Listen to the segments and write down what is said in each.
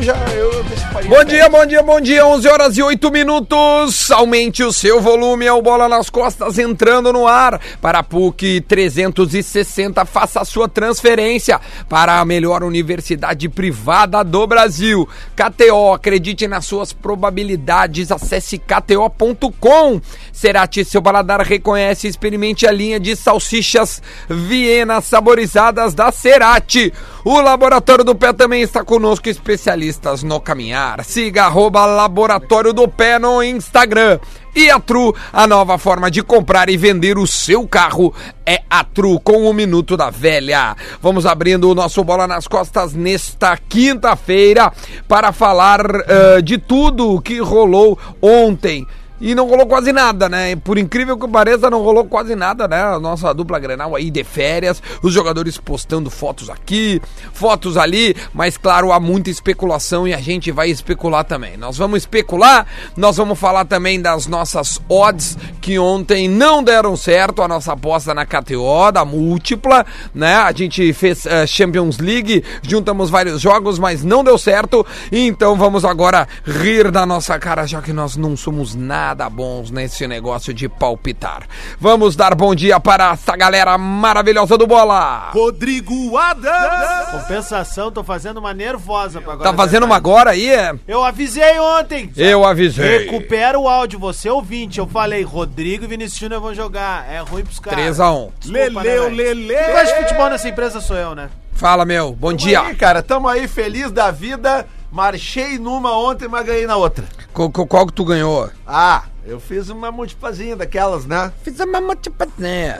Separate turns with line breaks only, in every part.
Já, eu anteciparia.
Bom dia, bom dia, bom dia. 11 horas e 8 minutos. Aumente o seu volume ao Bola nas Costas entrando no ar. Para a PUC 360, faça a sua transferência para a melhor universidade privada do Brasil. KTO, acredite nas suas probabilidades. Acesse kto.com. Cerati, seu paladar reconhece e experimente a linha de salsichas Viena saborizadas da Cerati. O Laboratório do Pé também está conosco, especialistas no caminhar. Siga arroba Laboratório do Pé no Instagram. E a Tru, a nova forma de comprar e vender o seu carro é a Tru com o Minuto da Velha. Vamos abrindo o nosso Bola nas Costas nesta quinta-feira para falar eh, de tudo o que rolou ontem. E não rolou quase nada, né? Por incrível que pareça, não rolou quase nada, né? A nossa dupla Grenal aí de férias, os jogadores postando fotos aqui, fotos ali, mas claro, há muita especulação e a gente vai especular também. Nós vamos especular, nós vamos falar também das nossas odds que ontem não deram certo, a nossa aposta na KTO, da múltipla, né? A gente fez eh, Champions League, juntamos vários jogos, mas não deu certo. Então vamos agora rir da nossa cara, já que nós não somos nada bons nesse negócio de palpitar. Vamos dar bom dia para essa galera maravilhosa do Bola.
Rodrigo Adams.
Compensação, tô fazendo uma nervosa pra agora.
Tá fazendo uma agora aí? é?
Eu avisei ontem.
Eu avisei.
Recupera o áudio, você ouvinte. Eu falei, Rodrigo e Vinícius Júnior vão jogar. É ruim pros caras.
3x1.
Desculpa,
Leleu,
né, velho? Quem
Lele.
gosta de futebol nessa empresa sou eu, né?
Fala, meu. Bom dia.
Aí, cara, tamo aí feliz da vida. Marchei numa ontem, mas ganhei na outra.
Qual, qual- qual que tu ganhou?
Ah, eu fiz uma multiplazinha daquelas, né?
Fiz uma né? motivação.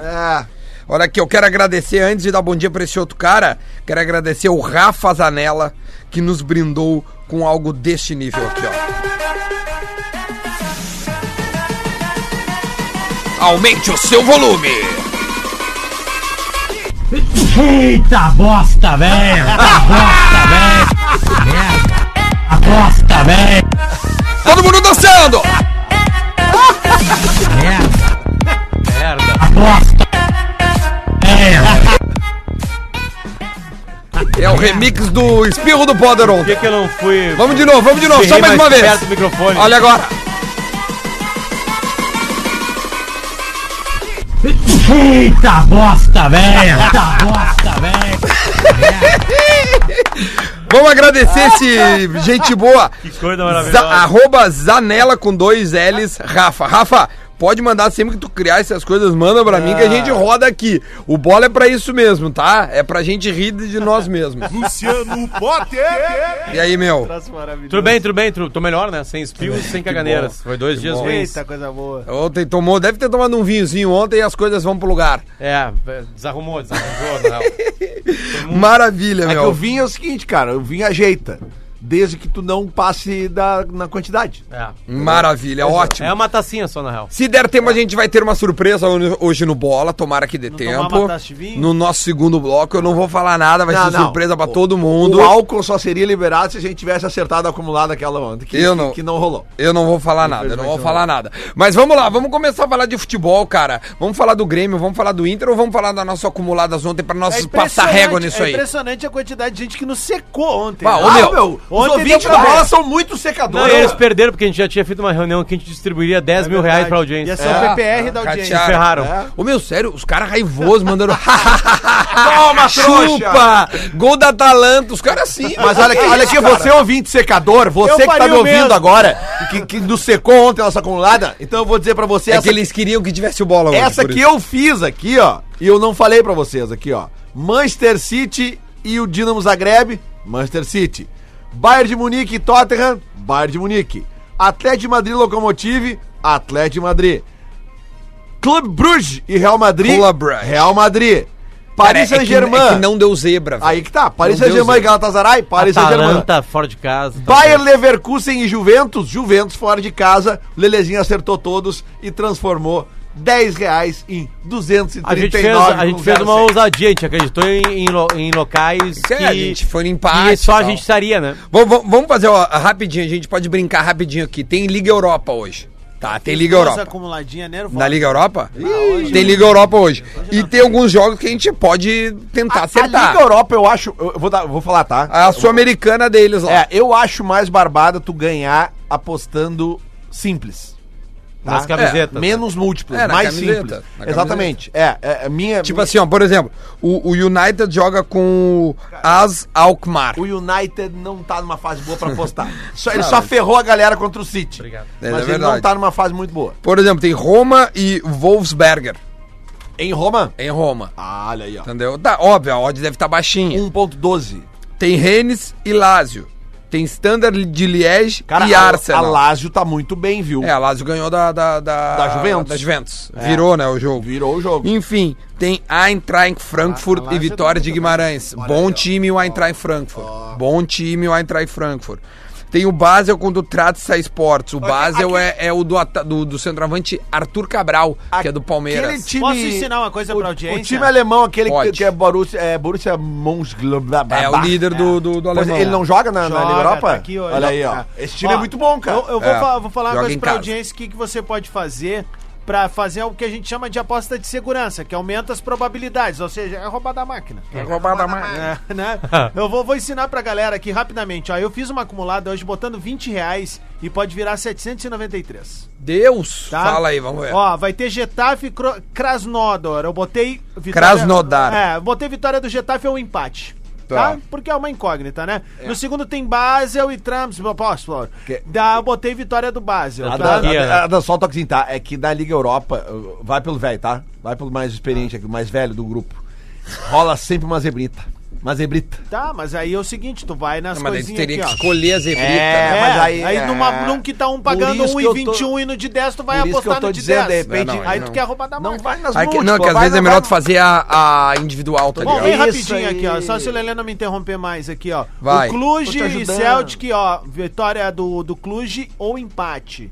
Ah,
Olha aqui, eu quero agradecer, antes de dar bom dia pra esse outro cara, quero agradecer o Rafa Zanella, que nos brindou com algo deste nível aqui, ó. Aumente o seu volume!
Eita Tá bosta, velho! Tá Bosta, velho! Merda! Bosta, velho!
Todo mundo dançando!
Merda! Merda! Bosta! Velho!
É o remix do Espirro do Poder ontem.
que eu não fui.
Vamos de novo, vamos de novo, só mais uma vez.
Perto do microfone.
Olha agora.
Eita bosta, velho! Eita bosta, velho!
Vamos agradecer esse gente boa.
Que coisa
Za-
maravilhosa.
arroba Zanela com dois L's, Rafa. Rafa, pode mandar sempre que tu criar essas coisas, manda pra mim que a
Ah.
gente roda aqui. O bola é pra isso mesmo, tá? É pra gente rir de nós mesmos.
Luciano Potter.
E aí, meu?
Nossa, maravilhoso.
Tudo bem, tudo bem, tu- tô melhor, né? Sem espios, sem caganeiras. Foi dois dias
bom.
ruins.
Eita, coisa boa.
Ontem tomou, deve ter tomado um vinhozinho ontem e as coisas vão pro lugar.
É, desarrumou, desarranjou, na real.
Maravilha,
É que
meu.
o vinho é o seguinte, cara, o vinho ajeita. Desde que tu não passe da, na quantidade.
É.
Maravilha, ótimo.
É uma tacinha só, na real.
Se der tempo, a gente vai ter uma surpresa hoje no Bola, tomara que dê
tomar
tempo.
uma taça de vinho?
No nosso segundo bloco, eu não vou falar nada, vai
Não,
ser
não.
surpresa pra
O-
todo mundo.
O álcool só seria liberado se a gente tivesse acertado acumulado aquela onda. Que,
Eu
que-
não-
que não rolou.
Eu não vou falar nada, eu não vou falar nada. Mas vamos lá, vamos começar a falar de futebol, cara. Vamos falar do Grêmio, vamos falar do Inter ou vamos falar das nossas acumuladas ontem pra nós passar
É impressionante,
régua nisso
é
aí?
impressionante a quantidade de gente que nos secou ontem.
Bah,
né?
Ô,
Ah,
meu,
os
ontem
ouvintes
deu pra
da
ver.
bola são muito
Não,
secadores.
e eles perderam porque a gente já tinha feito uma reunião que a gente distribuiria 10 mil reais pra
é Verdade.
audiência.
Ia ser
É.
o PPR da
Ah,
audiência. É.
cateado.
Ferraram.
Ô meu, sério, os caras raivosos mandando. Toma,
Toma,
chupa! Gol da Atalanta, os caras assim.
Mas olha aqui, olha aqui você é ouvinte secador,
Eu
você que tá
faria
me
o
ouvindo
mesmo.
agora, que, que nos secou ontem a nossa acumulada, então eu vou dizer pra você,
É
essa,
que eles queriam que tivesse o bola
essa
por
que
isso.
eu fiz aqui, ó, e eu não falei pra vocês aqui, ó. Manchester City e o Dinamo Zagreb, Manchester City. Bayern de Munique e Tottenham, Bayern de Munique. Atlético de Madrid e Locomotive, Atlético de Madrid. Clube Bruges e Real Madrid,
Club Brugge.
Real Madrid. Paris
Cara, é que-
Saint-Germain.
é que não deu zebra. velho.
Aí que tá, Paris
Meu Deus,
Saint-Germain e
velho.
Galatasaray, Paris Saint-Germain.
Atalanta, fora de casa. tá
Bayern Leverkusen e Juventus, Juventus fora de casa, Lelezinho acertou todos e transformou 10 reais em 239
A gente, fez, a gente fez uma ousadia, a gente acreditou em, em lo- em locais
Isso é, a gente foi no empate
que só
e
a
tal.
gente estaria, né?
Vamos, vamos- vamos fazer ó, rapidinho, a gente pode brincar rapidinho aqui. Tem Liga Europa hoje. Tá, tem Liga
Duas
Europa.
acumuladinhas nervosas.
Na Liga Europa? tem Liga Europa hoje. E tem alguns jogos que a gente pode tentar
Tá, A
acertar.
Liga Europa, eu acho. Eu eu vou, dar- eu vou falar, tá?
Ah.
A, Sul-Americana deles lá.
É, eu acho mais barbada tu ganhar apostando simples. tá?
Nas camisetas.
Menos múltiplas,
É, na
mais
camiseta,
simples.
na
Exatamente. É, é, é minha.
Tipo
minha-
assim, ó, por exemplo, o, o United joga com o As Alkmaar.
O United não tá numa fase boa pra apostar. Só- ele só ferrou a galera contra o City.
Obrigado.
Mas
Ah, É, é
ele não
verdade.
tá numa fase muito boa.
Por exemplo, tem Roma e Wolfsberger
Em Roma?
em Roma.
Ah, olha aí, ó.
Entendeu? Tá, óbvio, a odd deve estar baixinha.
1.12.
Tem Rennes e Lazio. Tem Standard de Liège
Cara,
e
a, a
Arsenal.
Lazio tá muito bem, viu?
É, a Lazio ganhou da, da, da,
Da Juventus.
da Juventus.
É.
Virou, né, o jogo.
Virou o jogo. Ah, é
Enfim, tem Eintracht Frankfurt
A- a
e
Lazio
Vitória
tá
de
muito
Guimarães. Bom time o Eintracht Frankfurt. Bom time o Eintracht Frankfurt. Tem o Basel contra o Tratsa Sports. O Basel é, é o do, ata- do, do centroavante Arthur Cabral, que é do
Aquele
Palmeiras.
time,
Posso ensinar uma coisa pra
o
audiência?
time alemão, aquele que,
Pode.
que é Borussia, é Borussia Mönchengladbach.
É o líder do, do, do
Pois
alemão.
é, ele não joga na, na
Joga,
Liga Europa?
tá aqui, ó,
Olha
ele-
aí, ó.
tá.
Esse time
Ó,
é muito bom, cara.
Eu, eu vou,
É,
fa- vou falar uma
joga
coisa
em
pra
casa.
audiência, o que, que você pode fazer pra fazer o que a gente chama de aposta de segurança, que aumenta as probabilidades, ou seja, é roubar da máquina.
É roubada mais.
É, né? Eu vou, vou ensinar pra galera aqui rapidamente, ó, eu fiz uma acumulada hoje botando 20 reais e pode virar 793.
Deus!
Tá?
Fala aí, vamos ver.
Ó, vai ter Getafe e Cro- Krasnodar. Eu botei. Vitória,
Krasnodar.
É, botei vitória do Getafe ou empate. Tá.
Tá.
Porque é uma incógnita, né? No segundo tem Basel e Trumps. Posso,
Que-
da eu botei vitória do Basel.
A da,
Tá?
a, da- a da- só um toquezinho, tá? É que da Liga Europa, uh, vai pelo velho, tá? Vai pelo mais experiente aqui, o mais velho do grupo. Rola sempre uma zebrita. Uma zebrita.
Tá, mas aí é o seguinte, tu vai nas
Não, mas a gente
coisinhas
teria que
aqui, ó.
escolher a zebrita.
É,
né?
É,
mas aí-
aí,
é.
numa, num que tá um pagando
Por isso que eu tô-
1,21 e no de 10 tu vai
por isso que eu
apostar
tô
no de 10.
dizendo, de repente-
Não, não,
aí
não.
tu quer roubar da
Não
máquina.
vai nas
Aí que- não, que
múltiplas,
às
vai
vezes é
na-
melhor
vai
tu
no-
fazer a, a individual, tá
Bom,
ligado?
vem
Isso
rapidinho
aí.
aqui, ó. Só se o Lelê não me interromper mais aqui, ó.
Vai.
O Cluj
Tô te
e
ajudando.
Celtic, ó. Vitória do, do Cluj ou empate.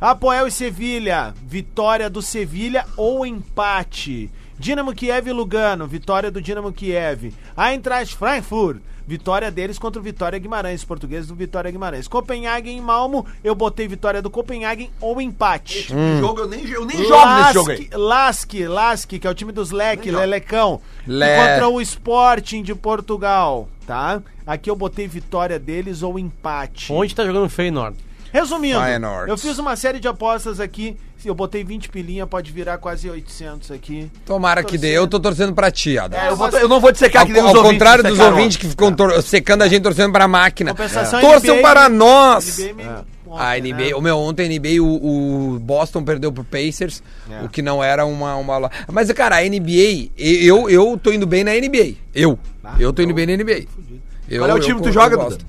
Apoel e Sevilha. Vitória do Sevilha ou empate. Dinamo Kiev e Lugano. Vitória do Dinamo Kiev. Eintracht Frankfurt. Vitória deles contra o Vitória Guimarães, português do Vitória Guimarães. Copenhagen e Malmo, eu botei vitória do Copenhagen ou empate.
Esse jogo eu nem, eu nem jogo nesse jogo aí.
Lasque, Lasque, que é o time dos Leque, Lelecão.
Le-
Contra o Sporting de Portugal, tá? Aqui eu botei vitória deles ou empate.
Onde tá jogando o Feyenoord?
Resumindo,
Feyenoord.
eu fiz uma série de apostas aqui. Se eu botei 20 pilinha, pode virar quase 800 aqui.
Tomara que dê. Eu tô torcendo É, pra ti, Adam.
Eu, vou- eu não vou dissecar
Ao,
que é nem
ao
os ouvintes
contrário dos
dissecaram.
ouvintes um que ficam tor- secando a gente, torcendo pra máquina.
Compensação,
É. Torçam
NBA,
para nós!
NBA meio ontem,
É. A
né?
NBA, o meu, ontem a NBA, o, o Boston perdeu pro Pacers,
É.
o que não era uma, uma. lo- Mas, cara, a NBA, e- eu, eu tô indo bem na NBA. Eu.
Ah,
eu tô indo bem na NBA. Eu,
então Qual é o
eu
time que tu
curto
joga,
o Boston.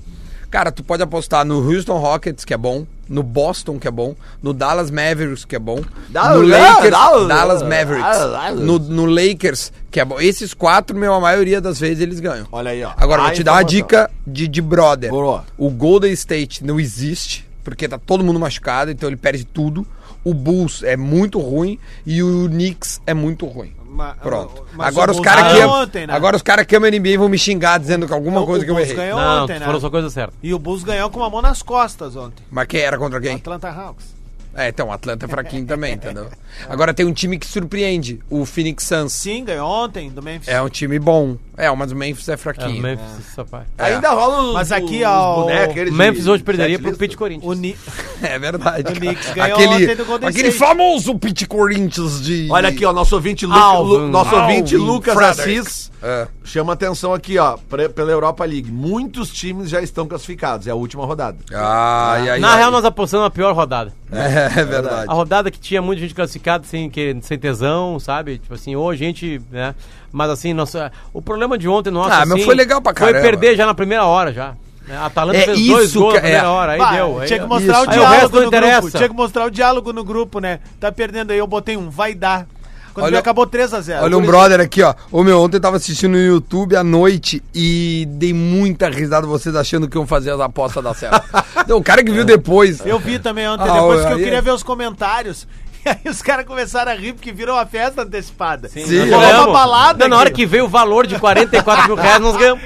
Cara, tu pode apostar no Houston Rockets, que é bom, no Boston, que é bom, no Dallas Mavericks, que é bom,
Dallas-
no Lakers,
Dallas-
Dallas Mavericks,
Dallas-
no, no Lakers, que é bom. Esses quatro, meu, a maioria das vezes eles ganham.
Olha aí, ó.
Agora,
Ah,
vou te dar uma
informação.
dica de, de brother.
Boa.
O Golden State não existe, porque tá todo mundo machucado, então ele perde tudo. O Bulls é muito ruim e o Knicks é muito ruim.
Ma-
Pronto.
mas
agora
o
os
Bulls
caras que
ganhou ontem, né?
agora os caras que amam a NBA vão me xingar dizendo que alguma
O-
coisa
o
que eu
Bulls
errei.
ganhou
Não,
ontem,
tu
né?
falou só coisa certa.
E o Bulls ganhou com uma mão nas costas ontem.
Mas quem era contra quem?
Atlanta Hawks.
É, então, o Atlanta é fraquinho também, entendeu? Agora tem um time que surpreende, o Phoenix Suns.
Sim, ganhou ontem do Memphis.
É um time bom. É, mas o Memphis é
É, o
fraquinho.
Memphis, esse rapaz.
Ainda rola
um
os,
Mas aqui,
os
ó,
bonecos,
o-
aqueles
O
de-
É. Memphis hoje
de
perderia
setlist.
pro Pit Corinthians.
O Ni-
É verdade.
O
cara.
Knicks ganhou
Aquele,
ontem do Golden
aquele
State.
famoso Pit Corinthians de.
Olha aqui, ó, nosso ouvinte, Lu-
Alvin.
Lu- nosso
Alvin
ouvinte Lucas
Frederick.
Assis
É.
chama atenção aqui, ó, pre- pela Europa League. Muitos times já estão classificados, é a última rodada.
Ai, ai,
Na
ai.
real, nós apostamos na pior rodada.
É, é verdade.
A rodada que tinha muita gente classificada sem, que, sem tesão, sabe? Tipo assim, ou a gente, né? Mas assim, nossa, o problema de ontem nosso.
Ah, mas
assim,
foi legal pra
Foi
caramba.
perder já na primeira hora, já. A Atalanta
É
fez
isso
dois gols
que-
na primeira
é.
hora, aí
Bah,
deu. Aí,
tinha que mostrar
Isso.
o
Aí o
resto
diálogo
não
no
interessa.
grupo. Tinha que mostrar o diálogo no grupo, né? Tá perdendo aí, eu botei um vai dar. Quando
Olha-
ele acabou 3x0.
Olha um brother aqui, ó. Ô meu, ontem eu tava assistindo no YouTube à noite e dei muita risada vocês achando que iam fazer as apostas da certo. Não, o cara que viu depois.
Eu vi também ontem,
Ah,
depois
olha
que eu
aí.
queria ver os comentários. E aí os caras começaram a rir porque virou uma festa antecipada. Sim,
Sim.
Rolou
Ganhamos.
uma balada.
Não, na hora
cara.
que veio o valor de 44 mil reais, nós ganhamos.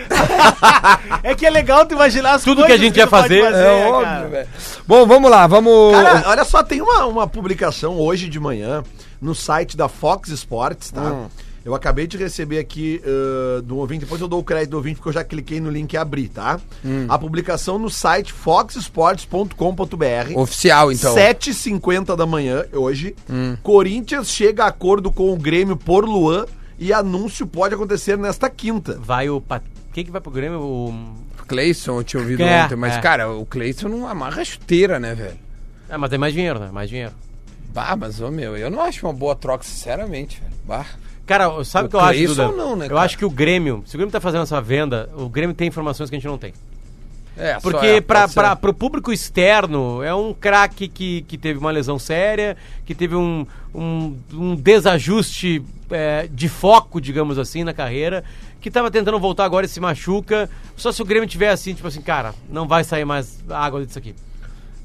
É que é legal tu imaginar as
Tudo
coisas
que a gente ia
tu pode
fazer.
É,
cara.
óbvio, velho. Bom, vamos lá, vamos.
Cara, olha só, tem uma, uma publicação hoje de manhã no site da Fox Sports, tá?
Hum.
Eu acabei de receber aqui ah, do ouvinte, depois eu dou o crédito do ouvinte porque eu já cliquei no link e abri, tá?
Hum.
A publicação no site foxsports.com.br.
Oficial, então.
7h50 da manhã, hoje, Corinthians chega a acordo com o Grêmio por Luan e anúncio pode acontecer nesta quinta.
Vai o. Pat- Quem que vai pro Grêmio? O...
Cleison, eu tinha ouvido
É,
ontem, mas,
é.
cara, o Cleison não amarra chuteira, né, velho?
Ah, mas tem mais dinheiro, né? Mais dinheiro.
Bah, mas, ô, meu, eu não acho uma boa troca, sinceramente, velho. Bah.
Cara, sabe o que
O
eu acho,
Cleison
Duda?
não, né,
eu
cara?
acho que o Grêmio, se o Grêmio tá fazendo essa venda, o Grêmio tem informações que a gente não tem.
É, só
Porque
é,
para
pode ser.
para o público externo, é um craque que, que teve uma lesão séria, que teve um, um, um desajuste é, de foco, digamos assim, na carreira, que tava tentando voltar agora e se machuca. Só se o Grêmio tiver assim, tipo assim, cara, não vai sair mais água disso aqui.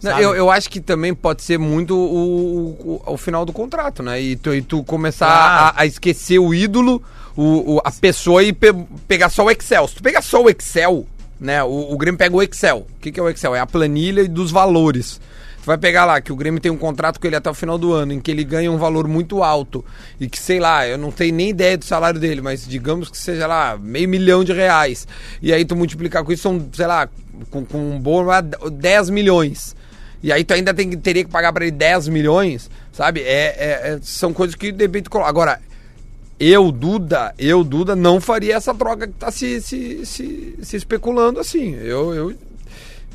Não,
sabe?
eu, eu acho que também pode ser muito o, o, o final do contrato, né? E tu, e tu começar
Ah.
a, a esquecer o ídolo, o, o- a pessoa e pe- pegar só o Excel. Se tu pegar só o Excel, né? O, o Grêmio pega o Excel. O que, que é o Excel? É a planilha dos valores. Tu vai pegar lá que o Grêmio tem um contrato com ele até o final do ano, em que ele ganha um valor muito alto. E que, sei lá, eu não tenho nem ideia do salário dele, mas digamos que seja lá, meio milhão de reais. E aí tu multiplicar com isso, são, sei lá, com, com um bônus, ah, 10 milhões. E aí tu ainda tem, que- teria que pagar pra ele 10 milhões, sabe? É, é- é- são coisas que de repente colo- Agora, eu, Duda, eu, Duda, não faria essa troca que tá se, se, se, se especulando assim. Eu, eu,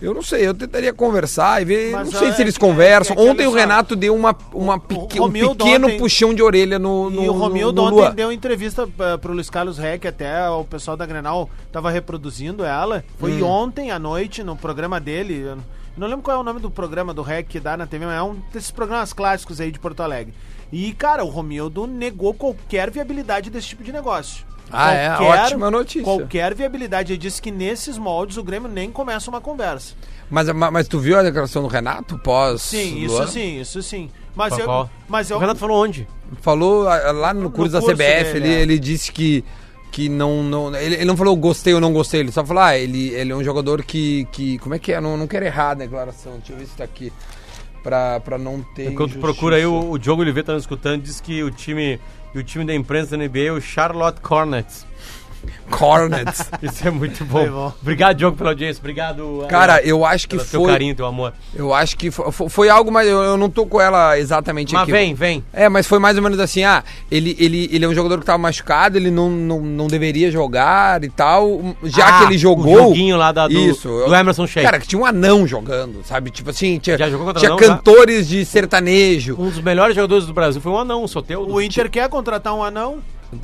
eu não sei, eu tentaria conversar e ver.
Mas,
não sei
ó,
se
é
eles
que- é que-
conversam.
é que,
Ontem
olha
o
só,
Renato deu uma, uma peque- um
Romildo
pequeno
ontem-
puxão de orelha no, no,
e o
no-
Romildo
no
ontem
Luan.
deu entrevista pra, pro Luiz Carlos Reck, até o pessoal da Grenal tava reproduzindo ela. Foi
Hum.
ontem à noite no programa dele. eu não lembro qual é o nome do programa do Rec que dá na TV, mas é um desses programas clássicos aí de Porto Alegre. E, cara, o Romildo negou qualquer viabilidade desse tipo de negócio.
Ah, é? Ótima notícia.
Qualquer viabilidade. Ele disse que nesses moldes o Grêmio nem começa uma conversa.
Mas, mas, mas tu viu a declaração do Renato pós.
Sim, isso
Luan?
sim, isso sim. Mas
Qual-
eu.
qual?
Mas eu
O Renato falou onde?
Falou ah, lá no curso da
curso
CBF,
dele,
ele,
é.
ele disse que, que não. não ele, ele não falou gostei ou não gostei, ele só falou, ah, ele, ele é um jogador que. que como é que é? Não, não quero errar a declaração, deixa eu ver se tá aqui. Pra, pra não ter.
Enquanto tu
injustiça.
procura aí, o, o Diogo Oliveira tá nos escutando, diz que o time, e o time da imprensa da NBA é o Charlotte Cornets.
Cornets.
Isso é muito bom.
bom.
Obrigado, Diogo, pela audiência. Obrigado. eh,
Cara, eu acho que
pelo teu
foi.
carinho, teu amor.
Eu acho que foi, foi- foi algo, mas eu, eu não tô com ela exatamente
Mas
aqui.
vem, vem.
É, mas foi mais ou menos assim, ah, ele, ele, ele é um jogador que tava machucado, ele não, não, não deveria jogar e tal, hum, já
Ah,
que ele jogou...
o joguinho lá da- do-
Isso,
do Emerson Sheik.
Cara, que tinha um anão jogando, sabe? Tipo assim, tinha,
Já jogou contra
tinha
anão, já?
cantores de sertanejo,
Um dos melhores jogadores do Brasil foi um anão, um Soteldo.
O Inter quer contratar um anão?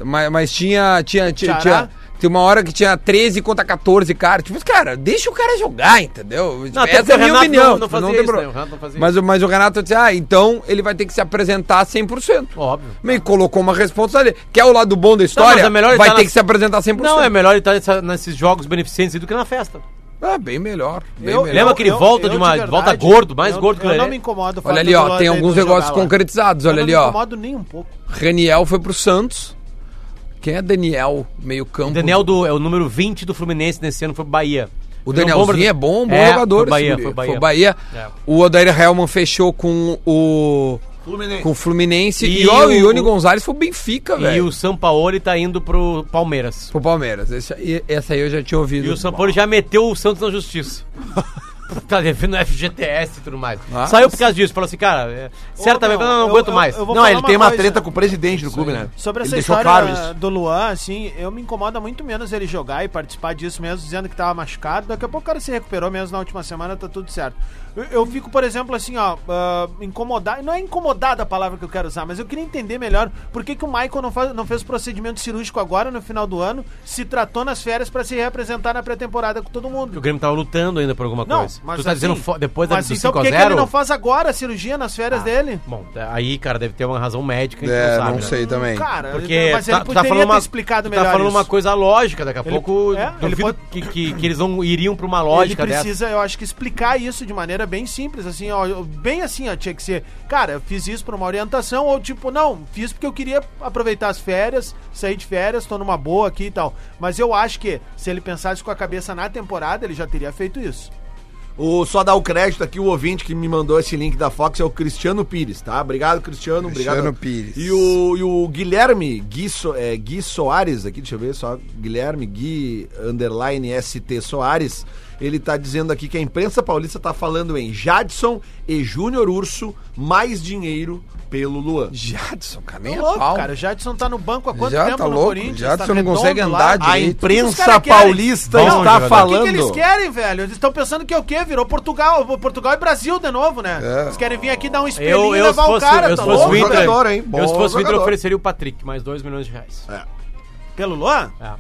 mas, mas tinha... tinha, tinha,
Xará?
tinha tem uma hora que tinha 13 contra 14, cara. Tipo, cara, deixa o cara jogar, entendeu? Tipo,
até porque o Renato não- não fazia
tem
isso,
problema.
né? O Renato não fazia
mas, o- mas o Renato disse, ah, então ele vai ter que se apresentar 100%.
Óbvio.
Meio que colocou uma responsabilidade. Que é o lado bom da história,
mas é melhor ele
vai
tá
ter
na-
que se apresentar 100%.
Não, é melhor ele estar nessa- nesses jogos beneficentes aí do que na festa.
Ah, bem melhor. Bem
Eu-
melhor.
Lembra que ele volta de uma- volta gordo, mais
eu-
gordo que
eu
ele
não
é.
me incomodo. o fato
Olha ali,
do
ó,
Luan
tem
ter
alguns
ido jogar
negócios
lá.
concretizados. Olha
eu
ali,
não me
ó.
incomodo nem um pouco.
Reniel foi pro Santos. Quem é Daniel? Meio campo.
Daniel do, é o núvel 20 do Fluminense nesse ano, foi Bahia.
O
Virou
Danielzinho é bom, bom jogador.
Foi Bahia,
esse
foi
guri.
Bahia.
Foi Bahia.
É.
O Odair Helman fechou com o com o Fluminense. E,
E
ó, o
o-
Ione Gonzalez foi o Benfica,
E
velho.
o Sampaoli tá indo pro Palmeiras.
Pro Palmeiras. Esse aí- essa aí eu já tinha ouvido.
E o Sampaoli já meteu o Santos na justiça. tá devendo FGTS e tudo mais.
Ah.
Saiu por causa disso. Falou assim, cara, é, certamente
meu,
eu não
eu-
aguento
eu-
mais.
eu vou-
Não,
falar
ele
uma
tem uma
coisa.
treta com o presidente do clube, né?
Sobre essa
ele deixou
história
claro isso.
do Luan, assim, eu me incomodo muito menos ele jogar e participar disso mesmo, dizendo que tava machucado. Daqui a pouco o cara se recuperou mesmo na última semana, tá tudo certo. Eu, eu fico, por exemplo, assim, ó, ah, incomodado. Não é incomodada a palavra que eu quero usar, mas eu queria entender melhor por que, que o Michael não, faz, não fez procedimento cirúrgico agora, no final do ano, se tratou nas férias pra se reapresentar na pré-temporada com todo mundo.
O Grêmio tava lutando ainda por alguma
Não,
coisa.
Mas
tu tá dizendo fo- depois da-
mas
do
então
5
por
a Ah.
que, que ele
0?
não faz agora a cirurgia nas férias dele?
Bom, é, aí, cara, deve ter uma razão médica, a gente
É,
sabe,
não
né?
sei também.
Cara,
Porque
mas ele
tá, tu tá
poderia
falando
ter
uma,
explicado
tu
melhor
tá falando
isso.
uma coisa lógica, daqui a pouco
é, ele
duvido
pode-
que, que, que eles não iriam pra uma lógica
ele
dessa.
precisa, eu acho que explicar isso de maneira bem simples, assim, ó, eu- bem assim, ó, tinha que ser, cara, eu fiz isso por uma orientação, ou tipo, não, fiz porque eu queria aproveitar as férias, sair de férias, tô numa boa aqui e tal. Mas eu acho que, se ele pensasse com a cabeça na temporada, ele já teria feito isso.
O, só dar o crédito aqui, o ouvinte que me mandou esse link da Fox é o Cristiano Pires, tá? Obrigado, Cristiano.
Cristiano
obrigado.
Pires.
E o, e o Guilherme Gui, So- é, Gui Soares, aqui, deixa eu ver só. Guilherme Gui underline ST Soares. Ele tá dizendo aqui que a imprensa paulista tá falando em Jadson e Júnior Urso, mais dinheiro pelo Luan.
Jadson, cara,
Tá
nem a
louco,
pau.
cara, o Jadson tá no banco há quanto
Já
tempo
tá
no
louco,
Corinthians?
Jadson
tá
não
redondo
consegue
lá.
andar de-
A
direito.
imprensa
Os caras
paulista
querem- Bom,
está
jogador.
O que, que
falando.
eles querem, velho? Eles estão pensando que é o quê? Virou Portugal, Portugal e Brasil de novo, né?
É.
Eles querem vir aqui dar um espelhinho
Eu,
e
eu, se
levar o
fosse,
cara,
eu,
tá
se fosse
louco?
o Inter,
jogador, hein? Bom
eu, se fosse o Inter,
jogador.
ofereceria o Patrick mais 2 milhões de reais.
É, Pelo Luan?
É.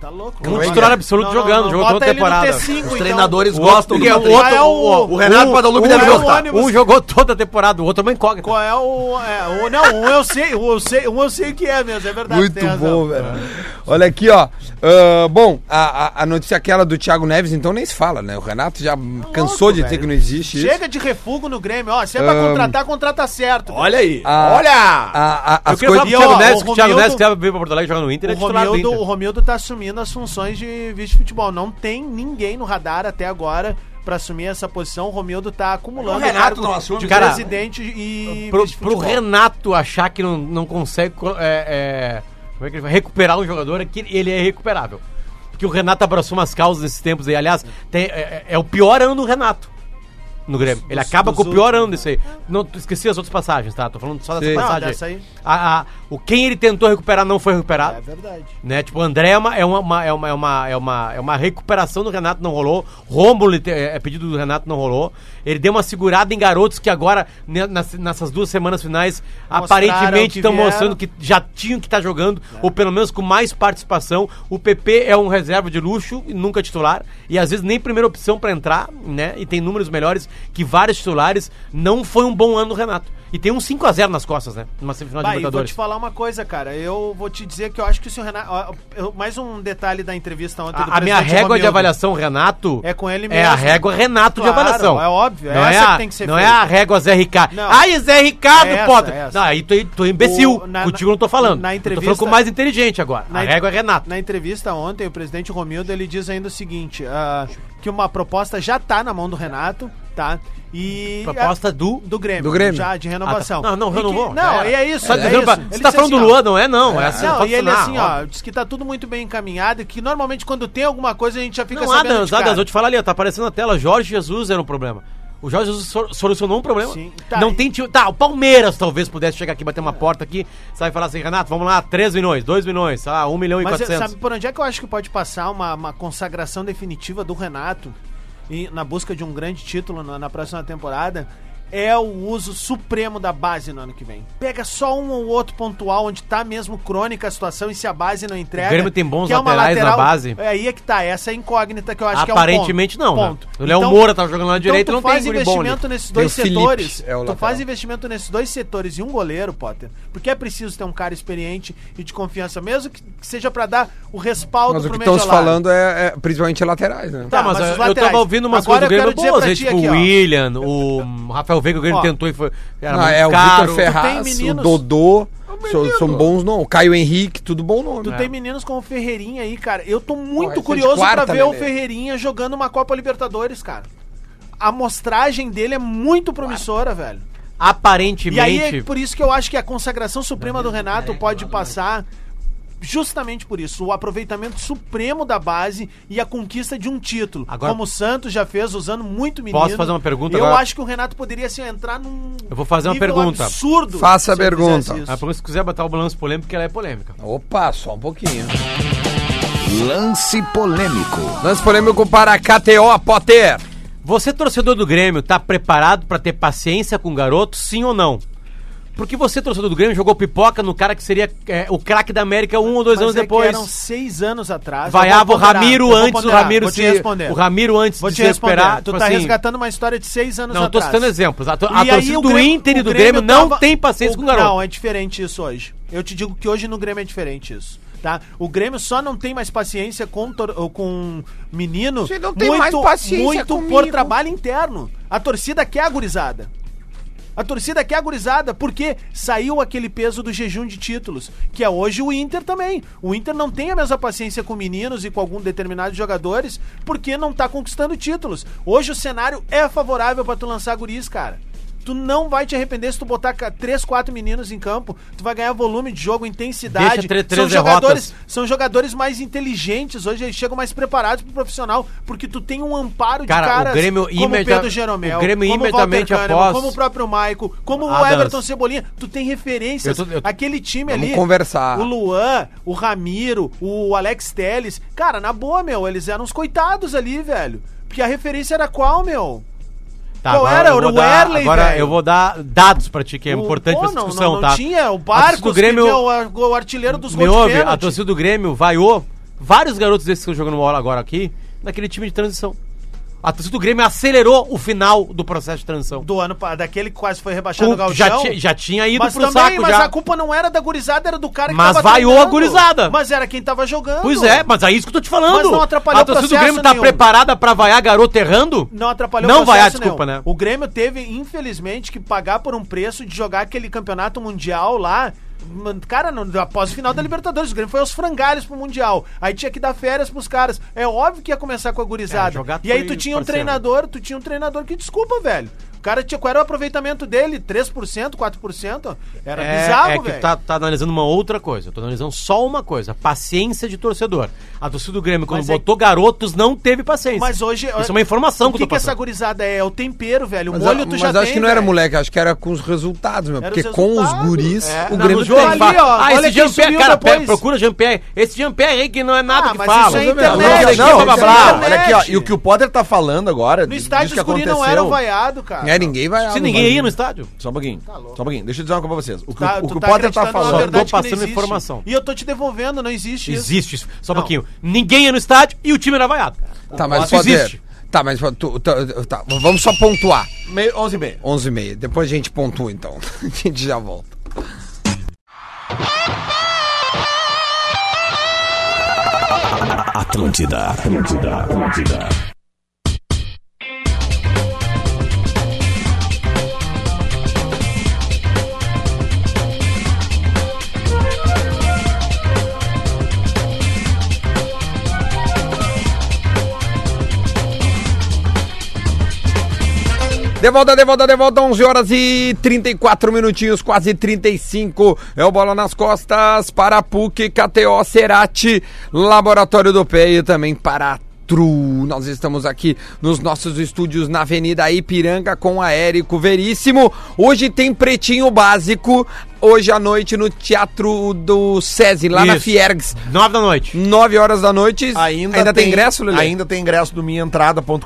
Tá louco.
Um titular absoluto jogando, jogou
bota
toda
ele no
temporada.
T5,
Os
então.
treinadores
O
gostam
outro-
do
o outro-
Ah, é o-
O Renato
um-
Guadalupe
um
deve
é o
gostar.
ônibus.
Um jogou toda a temporada, o outro é uma incógnita.
Qual é o, é, o- Não, um eu sei, um eu sei, um eu sei que é mesmo, é verdade.
Muito
tem razão. É.
bom, velho. Olha aqui, ó. Ah, bom, a, a- a notícia é aquela do Thiago Neves, então nem se fala, né? O Renato já cansou
Tá louco,
de dizer
velho.
que não existe isso.
Chega de refugo no Grêmio, ó. Se é pra
Ahn.
contratar, contrata certo.
Olha aí.
Ah,
Olha!
A- a-
Eu
as
queria
coisas.
E, ó,
falar pro um Thiago Neves,
o
que o Thiago
Romildo-
Neves que veio pra Porto Alegre jogar no Inter, é
O
titular do
Romildo,
Inter.
o Romildo tá assumindo as funções de vice-futebol. Não tem ninguém no radar até agora pra assumir essa posição. O Romildo tá acumulando
O Renato
cargo
não assume?
de
Cara,
presidente e
pro, pro
vice-futebol.
Renato achar que não, não consegue co- é, é, como é que ele vai? recuperar um jogador, é que ele é recuperável. Porque o Renato abraçou umas causas nesses tempos aí. Aliás, tem- é, é- é o pior ano do Renato no Grêmio. Ele acaba com o pior ano desse aí. Não, tu esqueci as outras passagens, tá? Tô falando só dessa
Sim.
passagem.
né? Não, dessa aí.
A- a- o quem ele tentou recuperar não foi recuperado.
É verdade.
Né? Tipo, o André é uma, é, uma, é, uma, é, uma, é, uma, é uma recuperação do Renato, não rolou. Rômulo ele te- é é pedido do Renato, não rolou. Ele deu uma segurada em garotos que agora, ne- nas- nessas duas semanas finais,
Mostraram
aparentemente
que
estão
vieram. É.
mostrando que já tinham que estar jogando, ou pelo menos com mais participação. O PP é um reserva de luxo, e nunca titular, e às vezes nem primeira opção pra entrar, né? E tem números melhores que vários titulares. Não foi um bom ano do Renato. E tem um 5 a 0 nas costas, né? Numa semifinal de
Bah, e vou
Libertadores.
te falar uma coisa, cara. Eu vou te dizer que eu acho que se o Renato. ó, eu- mais um detalhe da entrevista ontem do
A, a minha
presidente
régua de
Romildo.
avaliação, Renato.
É com ele
É a
mesmo.
régua Renato
Claro,
de avaliação.
é óbvio, é
Não é
essa
a,
que tem que ser
Não é
feita.
a régua Zé Ricardo.
Não.
Ai, Zé Ricardo,
É essa,
Potter.
é essa.
Não, aí tu, tu é imbecil.
O- na-
Contigo eu não tô falando.
na
Eu Tô
entrevista-
falando com o mais inteligente agora.
Na
a
en-
régua é Renato.
Na entrevista ontem, o presidente Romildo ele diz ainda o seguinte: ah, que uma proposta já tá na mão do Renato, tá? E.
Proposta do.
do Grêmio.
Do Grêmio.
Já de renovação.
Ah, tá. Não, não,
E que-
renovou.
Não,
Já
e
era.
é isso.
Só
é
dizendo
isso.
pra-
Ele
Você tá
disse
falando do
assim, ó,
Luan, não é? Não. É assim,
Não,
pode
e ele
assinar,
assim, ó, diz que tá tudo muito bem encaminhado, que normalmente quando tem alguma coisa a gente já fica
Não,
sabendo
Adams,
de cara.
Adams, eu te falo ali, ó, tá aparecendo na tela, Jorge Jesus era um problema. O Jorge Jesus sor- solucionou um problema.
Sim, tá,
não
e-
tem tio. Tá, o Palmeiras talvez pudesse chegar aqui, bater uma porta aqui, sabe, falar assim, Renato, vamos lá, 3 milhões, 2 milhões, sei lá, 1 milhão e
Mas eh,
400.
sabe por onde é que eu acho que pode passar uma, uma consagração definitiva do Renato e, na busca de um grande título na, na próxima temporada? É o uso supremo da base no ano que vem. Pega só um ou outro pontual onde tá mesmo crônica a situação e se a base não entrega.
O Grêmio tem bons
que é uma
laterais na base.
É aí é que tá, essa é a incógnita que eu acho
Aparentemente
que é um
não. né?
ponto.
O Léo
Então-
Moura tá jogando lá na direita,
então,
não
tu
tem
faz
guri bom ali.
investimento nesses dois
Tem o Felipe,
setores.
é o
tu
lateral.
faz investimento nesses dois setores e um goleiro, Potter. Porque é preciso ter um cara experiente e de confiança, mesmo que, que seja pra dar o respaldo
Mas o que
Mendonça.
estão se falando é, é principalmente laterais, né?
Tá, mas,
mas os
eu- eu
laterais.
tava ouvindo umas
Agora
coisas do
eu
Grêmio
quero dizer
boas,
pra
aí,
ti
tipo
aqui,
o
ó.
William, o Rafael Veiga, o Grêmio
Ó.
tentou e foi. Era
Não,
muito
é o
caro.
Vitor
tem
Ferraz, o
meninos- É um
Dodô, são, são bons nomes. O Caio Henrique, tudo bom
Tu
nome. né?
tem meninos como o Ferreirinha aí, cara. Eu tô
Pô,
muito
esse é de
curioso
quarta,
pra ver o
Lelê.
Ferreirinha jogando uma Copa Libertadores, cara. A amostragem dele é muito promissora, velho. E aí é
Aparentemente.
por isso que eu acho que a consagração suprema do
é,
Renato pode passar justamente por isso, o aproveitamento supremo da base e a conquista de um título.
Agora-
como o Santos já fez usando muito menino.
fazer uma pergunta
Eu
agora?
acho que o Renato poderia assim, entrar num
Eu vou fazer uma
nível
pergunta.
absurdo.
Faça a
se ele
pergunta.
fizesse isso.
Ah, por isso, se quiser botar o balanço polêmico, ela é polêmica.
Opa, só um pouquinho.
Lance polêmico.
Lance polêmico para a KTO, Potter.
Você, torcedor do Grêmio, tá preparado pra ter paciência com o garoto, sim ou não? Porque você, torcedor do Grêmio, jogou pipoca no cara que seria é, o craque da América um ou dois
Mas
anos
é que
depois.
eram seis anos atrás. Eu
Vaiava
vou
o
ponderar, eu
Ramiro
vou
antes, o
ponderar,
Ramiro
vou te
se-
responder.
O Ramiro antes
Vou
de
te
se recuperar.
responder. Tu
tipo
tá
assim,
resgatando uma história de seis anos
Não, eu tô
atrás.
citando exemplos. A, to- a
E aí
torcida
o
do
Grêmio-
Inter e
o
do Grêmio, não
tava-
tem paciência com o garoto.
Não, é diferente isso hoje. Eu te digo que hoje no Grêmio é diferente isso. Tá? O Grêmio só não tem mais paciência com, tor- ou com um menino
Você não tem mais paciência
muito por
comigo.
trabalho interno. A torcida quer a gurizada. A torcida quer a gurizada, porque saiu aquele peso do jejum de títulos, que é hoje o Inter também. O Inter não tem a mesma paciência com meninos e com algum determinados jogadores, porque não tá conquistando títulos. Hoje o cenário é favorável pra tu lançar guris, cara. Tu não vai te arrepender se tu botar ca- três, quatro meninos em campo. Tu vai ganhar volume de jogo, intensidade.
Deixa tre- três
são
derrotas.
jogadores, são jogadores mais inteligentes hoje, eles chegam mais preparados pro profissional, porque tu tem um amparo
Cara,
de caras
o Grêmio
como
imedi-
Pedro Jeromel,
o
como
Grêmio
Walter
imediatamente
Kahneman,
após-
como o próprio Maico, como o
Adams.
Everton Cebolinha, tu tem referências.
Eu tô- eu tô-
Aquele time
Vamos
ali,
conversar.
o Luan, o Ramiro, o Alex Teles, cara, na boa, meu, eles eram uns coitados ali, velho. Porque a referência era qual, meu?
Tá,
Qual
agora
era?
eu
Era
vou
o
dar-
Erley,
Agora
velho.
eu vou dar dados pra ti, que é
O-
importante
pô,
pra essa
não,
discussão,
não,
tá?
Não tinha, o
A torcida
Barcos,
do Grêmio,
que é o, ar- o artilheiro dos
me
gols de
ouve, a
pênalti.
torcida do Grêmio vaiou vários garotos desses que estão jogando bola agora aqui, naquele time de transição. A torcida do Grêmio acelerou o final do processo de transição.
do ano pa- daquele que quase foi rebaixado no
Com-
Galchão.
já, ti- já tinha ido
mas
pro
também,
saco
mas
já.
a culpa não era da gurizada, era do cara que
Mas vaiou a
treinando.
gurizada.
Mas era quem tava jogando.
Pois é, mas é isso que eu tô te falando.
Mas não atrapalhou
a torcida do
processo
Grêmio tá
nenhum.
preparada pra vaiar garoto errando?
Não atrapalhou
Não
processo
vaiar, desculpa,
nenhum.
né?
O Grêmio teve, infelizmente, que pagar por um preço de jogar aquele campeonato mundial lá. Mano, Cara, no- após o final da Libertadores, o Grêmio foi aos frangalhos pro Mundial. Aí tinha que dar férias pros caras. É óbvio que ia começar com a
É,
gurizada.
jogar
e aí
foi
tu tinha um
parceiro.
treinador, tu tinha um treinador que desculpa, velho. O cara tinha. Qual era o aproveitamento dele? 3%, 4%? Era
É,
bizarro,
é que
velho.
tá, tá analisando uma outra coisa. Eu tô analisando só uma coisa: paciência de torcedor. A torcida do Grêmio, quando
Mas é-
botou garotos, não não teve paciência.
Mas hoje.
Isso é uma informação
o
que
que,
eu tô
que essa
passando.
gurizada é? É o tempero, velho. O
Mas,
molho
a-
tu
mas
já
acho
tem,
que não era
velho.
moleque, acho que era com os resultados, meu.
Era
Porque
os
com os
resultados,
guris,
é.
o
Não,
Grêmio
no jogo,
tem.
ali,
fala,
ó,
ah,
olha
esse
quem
Jean-Pierre,
subiu
cara,
depois.
pe- procura Jean-Pierre. Esse Jean-Pierre aí que não é nada
Ah,
que
mas
fala.
isso é
Não,
internet,
não,
isso
não,
é
blá, blá, blá.
internet.
olha aqui, ó, e o que o Potter tá falando agora,
No
diz-
estádio
diz
os guri não eram vaiado, cara.
É, ninguém vai lá
Se
no
ninguém
bagulho.
ia no estádio.
Só um pouquinho, só um pouquinho. Deixa eu dizer uma coisa pra vocês. O que
Tá,
o,
tu
que o
tá
Potter tá
acreditando numa
Só
falando...
verdade
tô
que não
passando
existe.
informação.
E eu tô te devolvendo, não existe isso.
Existe isso. Só um
Não.
pouquinho. Ninguém ia no estádio e o time era vaiado.
Tá, mas
Isso
pode.
existe.
Tá, mas tu- tu- tá, vamos só pontuar.
Meio, 11 e meia.
11 e meia. Depois a gente pontua, então. A gente já volta.
Atlântida, Atlântida, Atlântida.
De volta, de volta, de volta. 11 horas e 34 minutinhos, quase 35. É o Bola nas Costas para a PUC, KTO, Cerati, Laboratório do Pé e também para a Tru. Nós estamos aqui nos nossos estúdios na Avenida Ipiranga com a Érico Veríssimo. Hoje tem Pretinho Básico, hoje à noite no Teatro do SESI, lá na
Isso.
Fiergs.
Nove da noite.
9 horas da noite. tem, ingresso, Lelê?
Ainda tem ingresso do minhaentrada.com.br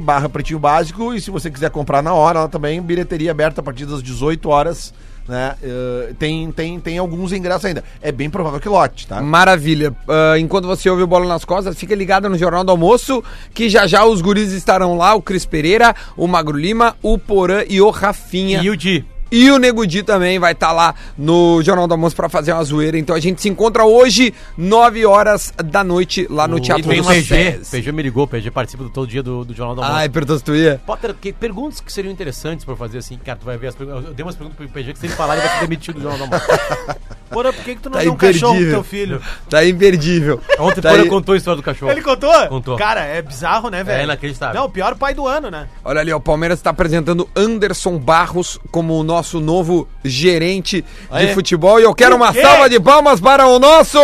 barra pretinho básico e se você quiser comprar na hora, ela também, bilheteria aberta a partir das 18 horas, né? Eh, tem, tem, tem alguns ingressos ainda. É bem provável que lote,
Hum.
tá?
Maravilha. Ah, enquanto você ouve o Bola nas Costas, fica ligado no Jornal do Almoço, que já já os guris estarão lá, o Cris Pereira, o Magro Lima, o Porã e o Rafinha.
E o Di.
E o Nego Di também vai estar lá no Jornal do Almoço pra fazer uma zoeira. Então a gente se encontra hoje, 9 horas da noite, lá no
E
Teatro
tem o
do
PG.
Sés.
PG me ligou, PG participa do todo dia do, do Jornal da Almoço.
Ai, perguntou se tu ia.
Potter, que perguntas que seriam interessantes pra eu fazer assim, cara, tu vai ver as perguntas. Eu dei umas perguntas pro PG que se ele falar, ele vai ser demitido do Jornal da Almoço.
Porra, por que, que tu não
Tá
deu um cachorro pro
imperdível.
teu filho?
Tá imperdível.
Ontem o
tá
Porã
aí.
contou a história do cachorro.
Ele contou?
Contou.
Cara, é bizarro, né, velho?
inacreditável.
Não, o pior pai do ano, né?
Olha ali, ó, o Palmeiras está apresentando Anderson Barros como o nosso novo gerente de futebol. E eu quero uma
quê?
salva de palmas para o nosso.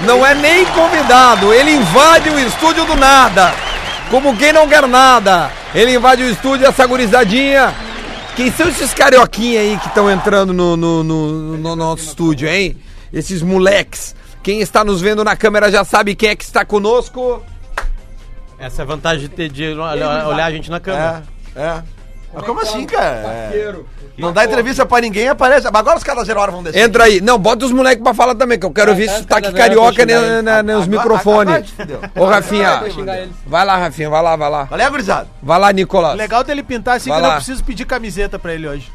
Não é nem convidado, ele invade o estúdio do nada. Como quem não quer nada. Ele invade o estúdio, essa gurizadinha. Quem são esses carioquinha aí que estão entrando no, no- no- no nosso estúdio, hein? Esses moleques. Quem está nos vendo na câmera já sabe quem é que está conosco.
Essa é a vantagem de, ter- de olhar olhar a gente na câmera.
É, é. Mas como
tá um
assim, cara? É. Não dá entrevista pra ninguém, aparece. Agora os caras zero hora vão descer.
Entra aí. Não, bota os moleques pra falar também, que eu quero ver esse sotaque carioca né, na-
Agora-
nos
agora
microfones.
te fudeu.
Ô, Rafinha,
Vai xingar eles.
vai lá, Rafinha, vai lá, vai lá.
Valeu, gurizada.
Vai lá, Nicolas.
Legal dele pintar assim
Vai
que eu não
lá.
preciso pedir camiseta pra ele hoje.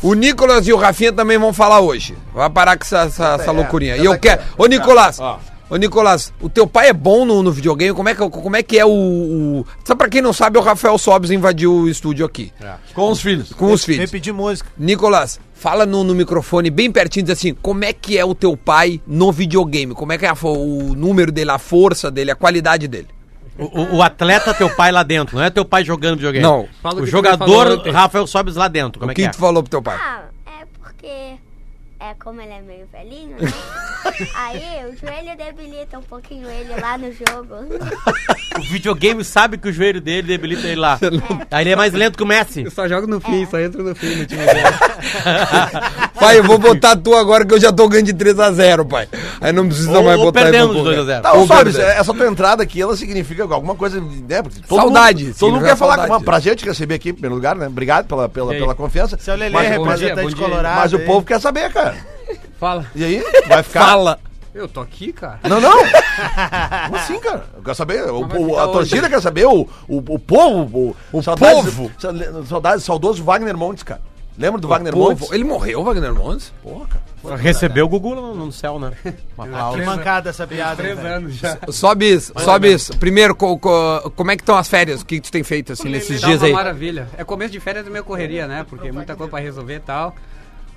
O Nicolas e o Rafinha também vão falar hoje. Vai parar com essa, essa, essa
é,
loucurinha.
essa
E eu
aqui,
quero. Ô, Nicolas!
Ó.
Ô, Nicolas, o teu pai é bom no, no videogame? Como é, que, como é que é o, o. Só pra quem não sabe, o Rafael Sobes invadiu o estúdio aqui.
É. Com os filhos.
Com os
Vem
filhos.
pedir música.
Nicolas, fala no, no microfone bem pertinho, diz assim, como é que é o teu pai no videogame? Como é que é a fo- o número dele, a força dele, a qualidade dele?
O, o- o atleta teu pai lá dentro, não é teu pai jogando videogame.
Não.
Fala o
o
que tu tá me falou
jogador
ontem.
Rafael Sobes lá dentro, como
o
é
que,
que é?
tu falou pro teu pai?
Ah, é porque é como ele é meio velhinho, né? Aí o joelho debilita um pouquinho ele lá no jogo.
O videogame sabe que o joelho dele debilita ele lá. Aí ele é mais lento que o Messi.
Eu só jogo no fim, só entro no fim no time
Pai, eu vou botar tu agora que eu já tô ganhando de 3x0, pai. Aí não precisa
Ou-
mais
ou
botar
perdemos
eu vou
de
correr.
2 a 0.
Tá, ô,
Ô,
Sobes,
Bernardo.
essa tua entrada aqui, ela significa alguma coisa, né? Porque todo
Saudade,
Mundo, todo mundo
significa
quer falar
saudade.
com uma prazer te receber aqui, em primeiro lugar, né? Obrigado pela, pela,
E aí?
pela confiança.
Seu Então, Lelê,
mas,
bom dia,
representante
bom dia.
colorado.
mas o
hein?
povo quer saber, cara.
é-
Fala.
E aí? Vai ficar?
Fala.
Eu tô aqui, cara.
Não, não. Como assim, cara? Eu quero saber. O,
vai
o-
ficar
a
onde?
torcida quer saber. O, o, o povo. O, o
povo.
Saudades, saudoso Wagner Montes, cara. Lembra do Wagner
Pô,
Montes?
ele morreu, Wagner Mons?
Porra, cara.
Recebeu o Gugu no, no céu, né? Uma pau.
Que mancada essa piada. hein,
Três
velho?
anos já.
Sobes, Sobes, primeiro, co- co- como é que estão as férias? O que, que tu tem feito assim nesses
Tá
dias
uma
aí?
maravilha. É começo de férias é meio correria, né? Porque muita coisa pra resolver e tal.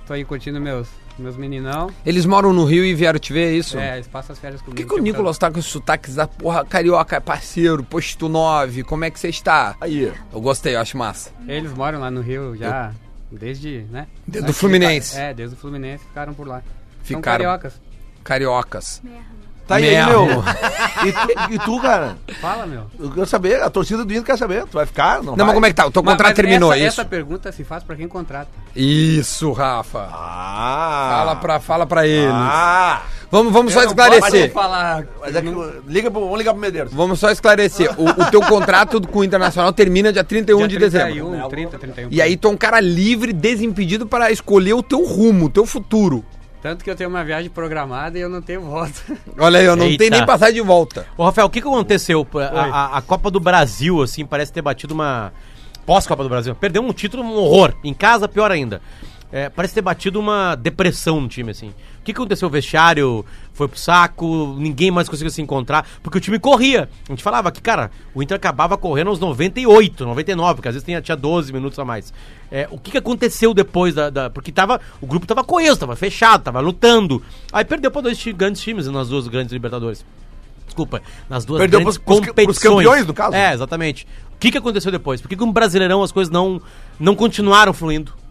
Tô aí curtindo meus, meus meninão.
Eles moram no Rio e vieram te ver, é isso?
É, eles passam as férias comigo. tipo,
Por que, que o Nicolas tá com os sotaques da porra carioca, parceiro, posto 9? Como é que você está?
Aí.
Eu gostei, eu acho massa.
tá. Eles moram lá no Rio já desde, né?
Do
Antes de-
Fluminense.
É, desde o Fluminense ficaram por lá. São
Ficaram.
cariocas.
Cariocas.
Tá aí,
Merda.
meu. E tu, e tu, cara?
Fala, meu.
Eu quero saber. A torcida do Inter quer saber. Tu vai ficar? Não,
Não, mas como é que tá? O teu
Mas-
contrato
mas
terminou,
essa,
isso?
Essa pergunta se faz pra quem contrata.
Isso, Rafa.
Ah.
Fala pra, fala pra eles.
Ah.
Vamos, vamos só
Eu não posso
esclarecer.
falar.
Mas é que, liga pro, vamos ligar pro Medeiros.
Vamos só esclarecer. O, o teu contrato com o Internacional termina dia 31
Dia
de
31,
dezembro.
30, 31.
E aí tu é um cara livre, desimpedido para escolher o teu rumo, o teu futuro.
Tanto que eu tenho uma viagem programada e eu não tenho voto.
Olha aí, eu não
Eita.
tenho nem passagem de volta.
Ô, Rafael, o que, que aconteceu? A, a- a Copa do Brasil, assim, parece ter batido uma. Pós-Copa do Brasil. Perdeu um título, um horror. Em casa, pior ainda. É, parece ter batido uma depressão no time, assim. O que que aconteceu? O vestiário foi pro saco, ninguém mais conseguiu se encontrar, porque o time corria. A gente falava que, cara, o Inter acabava correndo aos 98, 99, porque às vezes tinha, tinha 12 minutos a mais. É, o que que aconteceu depois da, da- Porque tava, o grupo tava coeso, tava fechado, tava lutando. Aí perdeu pra dois ti- grandes times nas duas grandes Libertadores. Desculpa, nas duas
Perdeu
grandes
pros- pros-
competições.
pros campeões, no caso?
É, exatamente. O que, que aconteceu depois? Por que, que um brasileirão as coisas não, não continuaram fluindo?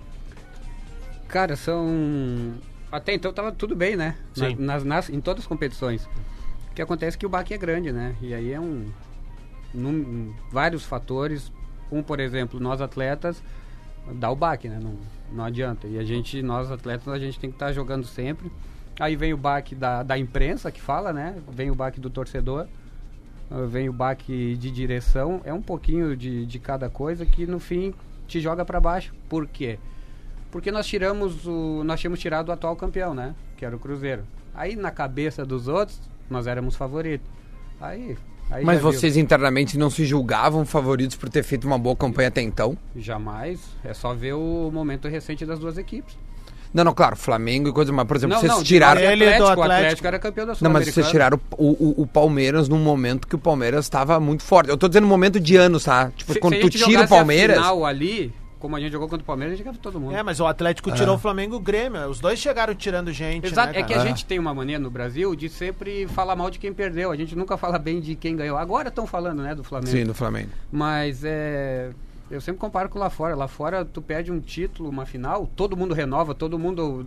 Cara, são. Até então tava tudo bem, né? Na-
Sim.
nas, nas- em todas as competições. O que acontece é que o baque é grande, né? E aí é um. num- vários fatores. Um, por exemplo, nós atletas, dá o baque, né? Não, não adianta. E a gente, nós atletas, a gente tem que estar jogando sempre. Aí vem o baque da, da imprensa que fala, né? Vem o baque do torcedor. Ah, vem o baque de direção, é um pouquinho de, de cada coisa que no fim te joga pra baixo. Por quê? Porque nós tiramos o. Nós tínhamos tirado o atual campeão, né? Que era o Cruzeiro. Aí na cabeça dos outros, nós éramos favoritos. Aí. aí
Mas
já viu.
vocês internamente não se julgavam favoritos por ter feito uma boa campanha até então?
Jamais. É só ver o momento recente das duas equipes.
Não, não, claro, Flamengo e coisa mais. Por exemplo, vocês
de
tiraram.
nós é
Ele é do
Atlético, o
Atlético.
Atlético era campeão da
Não, mas
Sul-Americana.
vocês tiraram o, o, o Palmeiras num momento que o Palmeiras estava muito forte. Eu tô dizendo momento de anos, tá? Tipo,
Se- se
quando
a
tu
gente
tira o
jogasse
Palmeiras.
A final ali, como a gente jogou contra o Palmeiras, a gente ganhava todo mundo.
É, mas o Atlético tirou o Flamengo e o Grêmio. Os dois chegaram tirando gente.
Exato,
né,
é que
Ah.
cara?
a gente tem uma mania no Brasil de sempre falar mal de quem perdeu. A gente nunca fala bem de quem ganhou. Agora estão falando, né, do Flamengo.
Sim, no Flamengo.
Mas é. Eu sempre comparo com lá fora. Lá fora, tu perde um título, uma final, todo mundo renova, todo mundo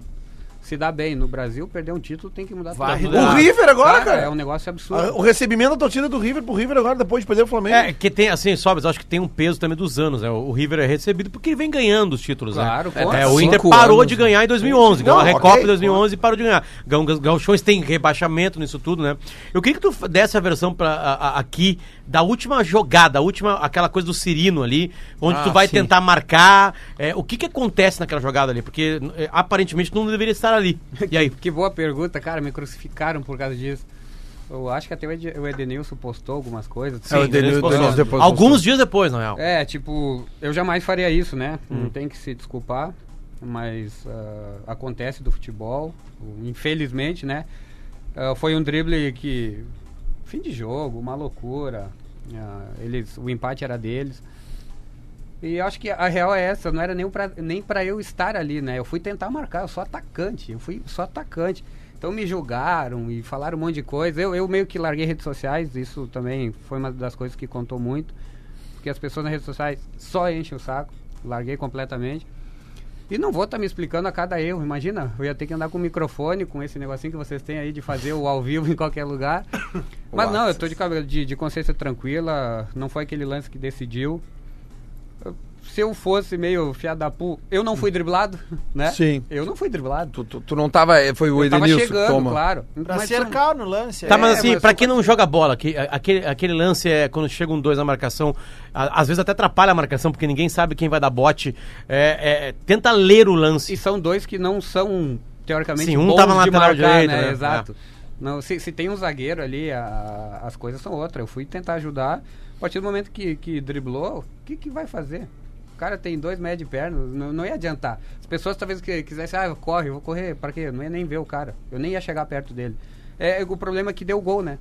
se dá bem. No Brasil, perder um título tem que mudar
Vai
tudo.
mudar. O River agora, cara?
É um negócio
Ah,
absurdo.
O recebimento da torcida do River pro River agora, depois de perder o Flamengo.
É, que tem, assim, Sobres, acho que tem um peso também dos anos, né? O River é recebido porque ele vem ganhando os títulos,
Claro,
né?
pô.
É, o Inter
Cinco
parou
anos,
de ganhar em 2011, ganhou a
Não,
Recopa
ok.
em 2011 e parou de ganhar. Gau- Gau- Gauchões tem rebaixamento nisso tudo, né? Eu queria que tu f- desse a versão pra, a- a- aqui da última jogada, a última, aquela coisa do Cirino ali, onde
Ah,
tu vai
sim.
tentar marcar. é, o que que acontece naquela jogada ali? Porque é, aparentemente tu não deveria estar ali. E aí?
Que boa pergunta, cara. Me crucificaram por causa disso. Eu acho que até o Ed- o Edenilson postou algumas coisas.
Sim,
Denilson
depois-
depois então. postou.
Alguns dias depois, na real.
É, tipo, eu jamais faria isso, né? Não tem que se desculpar, mas ah, acontece do futebol, infelizmente, né? Ah, foi um drible que. Fim de jogo, uma loucura. Ah, eles, o empate era deles. E eu acho que a real é essa, não era nem pra, nem pra eu estar ali, né? Eu fui tentar marcar, eu sou atacante, eu fui só atacante. Então me julgaram e falaram um monte de coisa. Eu, eu meio que larguei redes sociais, isso também foi uma das coisas que contou muito. Porque as pessoas nas redes sociais só enchem o saco, larguei completamente. E não vou estar me explicando a cada erro, imagina, eu ia ter que andar com o microfone, com esse negocinho que vocês têm aí de fazer o ao vivo em qualquer lugar. Mas não, eu tô de, cabe- de, de consciência tranquila, não foi aquele lance que decidiu se eu fosse meio fiadapu, eu não fui driblado, né?
Sim.
Eu não fui driblado.
Tu, tu, tu não tava. é, Foi o
Eu tava
Edenilson que
chegando,
toma.
claro.
Pra
Mas
cercar no lance.
Tá,
é.
mas assim,
mas
pra
eu
quem não joga bola, que, a- aquele, aquele lance é quando chega um dois na marcação, a- às vezes até atrapalha a marcação, porque ninguém sabe quem vai dar bote. É, é, é, tenta ler o lance.
E são dois que não são, teoricamente,
Sim, um
bons
tava na
de
lateral
marcar,
direita,
né?
né?
Exato. Não, se, se tem um zagueiro ali, a- as coisas são outras. Eu fui tentar ajudar. A partir do momento que, que driblou, o que, que vai fazer? O cara tem dois metros de perna, não, não ia adiantar. As pessoas talvez que quisessem, ah, corre, eu vou correr, pra quê? Eu não ia nem ver o cara. Eu nem ia chegar perto dele. É, o problema é que deu gol, né?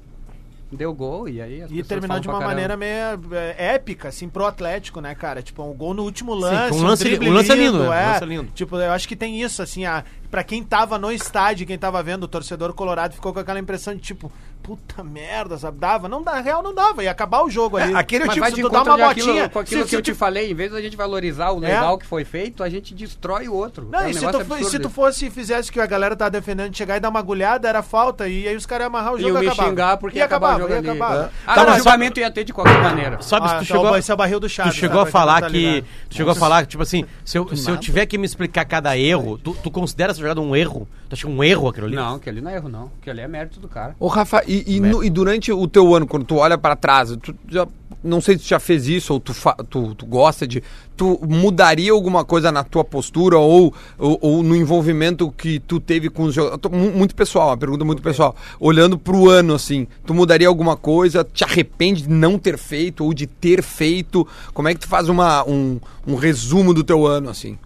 Deu gol e aí as
E
pessoas
terminou
falam
de
pra
uma maneira
caramba.
meio é, épica, assim, pro Atlético, né, cara? Tipo, um gol no último
com
lance.
um lance-
drible
um lance é lindo, né?
é.
Um lance é lindo.
Tipo, eu acho que tem isso, assim, a, pra quem tava no estádio, quem tava vendo, o torcedor colorado ficou com aquela impressão de, tipo, puta merda, sabe? Dava, não dá, na real não dava, ia acabar o jogo ali.
É, aquele
Mas
Mas
vai
tipo, se
de
tu dá
encontro
uma
de aquilo-
botinha,
com aquilo
se- tipo,
que eu
se
te
tu-
falei, em vez da gente valorizar o legal que foi feito, a gente destrói o outro.
Não,
É um
e se
negócio
tu, fo-
absurdo
se tu
isso.
fosse e fizesse o que a galera tá defendendo, de chegar e dar uma agulhada, era falta, e aí os caras iam amarrar o jogo
Iam
e
me
acabava.
xingar porque
E
ia acabar o jogo
e
ali.
acabava.
Ah,
Tá,
não,
mas-
o julgamento ia ter de qualquer maneira.
Sabe se
Ah,
tu
então
chegou, a-
esse é o barril do Chaves,
tu chegou
tá?
a falar
Pra quem não tá
que.
ligado.
Tu chegou a falar que, tipo assim, se eu, se eu tiver que me explicar cada erro, tu, tu considera essa jogada um erro? Tu acha que é um erro aquilo ali?
Não, aquele não é erro, não. Aquele é mérito do cara.
Ô, Rafa, e,
Né?
e no- e durante o teu ano, quando tu olha pra trás, tu já, não sei se tu já fez isso ou tu, fa- tu, tu gosta de. Tu mudaria alguma coisa na tua postura ou, ou, ou no envolvimento que tu teve com os jogadores? Muito pessoal, é uma pergunta muito pessoal. Olhando pro ano, assim, tu mudaria alguma coisa? Te arrepende de não ter feito ou de ter feito? Como é que tu faz uma, um, um resumo do teu ano, assim?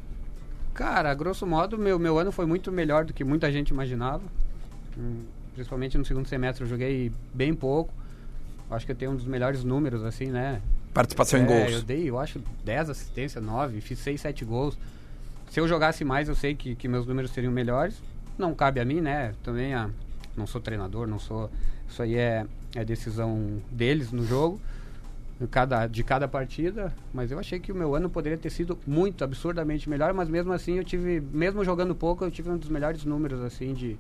Cara, grosso modo, meu, meu ano foi muito melhor do que muita gente imaginava. Hum, Principalmente no segundo semestre eu joguei bem pouco. Acho que eu tenho um dos melhores números, assim, né?
Participação
É,
em gols.
Eu dei, eu acho, 10 assistências, 9, fiz 6, 7 gols. Se eu jogasse mais, eu sei que, que meus números seriam melhores. Não cabe a mim, né? Também a, não sou treinador, não sou. Isso aí é, é decisão deles no jogo, de cada, de cada partida. Mas eu achei que o meu ano poderia ter sido muito, absurdamente melhor, mas mesmo assim eu tive, mesmo jogando pouco, eu tive um dos melhores números, assim, de.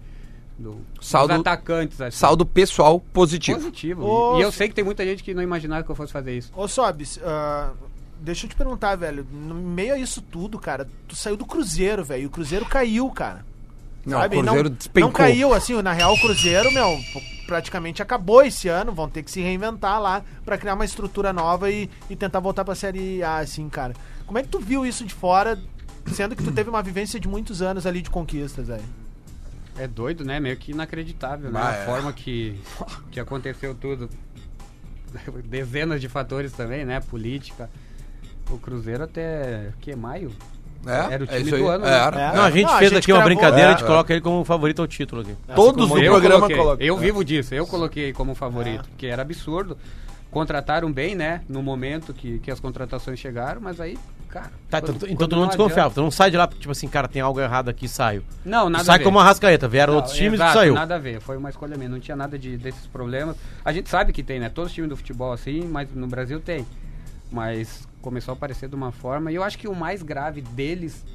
Do,
Saldo-
dos atacantes, assim.
Saldo pessoal positivo.
positivo.
Ô,
E, e eu sei que tem muita gente que não imaginava que eu fosse fazer isso.
Ô, Sobis, ah, deixa eu te perguntar, velho. No meio a isso tudo, cara, tu saiu do Cruzeiro, velho. e O Cruzeiro caiu, cara.
Não,
Sabe?
o Cruzeiro
não,
despencou.
Não caiu, assim, na real, o Cruzeiro, meu, p- praticamente acabou esse ano. Vão ter que se reinventar lá pra criar uma estrutura nova e, e tentar voltar pra Série A, assim, cara. Como é que tu viu isso de fora, sendo que tu teve uma vivência de muitos anos ali de conquistas, velho?
É doido, né? Meio que inacreditável, né?
Bah,
a
é.
forma que, que aconteceu tudo. Dezenas de fatores também, né? Política. O Cruzeiro até. que maio?
É,
Era o
é
time
isso aí.
do ano, né?
Era,
É.
Não, a gente
Não, a
fez
gente Tá
aqui uma
cravou-
brincadeira, a gente
É,
coloca ele como favorito ao título aqui.
Todos
Como
no
eu
programa
coloquei.
coloca.
Eu vivo disso, eu coloquei como favorito,
Ah.
porque era absurdo. Contrataram bem, né? No momento que, que as contratações chegaram, mas aí, cara.
Tá,
quando-
então, tu- então
quando
tu não desconfiava,
adianta-
tu não sai de lá, tipo assim, cara, tem algo errado aqui, saio.
Não,
Tu
nada a
sai
ver.
como uma rascaeta, vieram
Não,
outros times e tu
exato,
saiu.
Nada a ver, foi uma escolha minha, não tinha nada de, desses problemas. A gente sabe que tem, né? Todos os times do futebol assim, mas no Brasil tem. Mas começou a aparecer de uma forma. E eu acho que o mais grave deles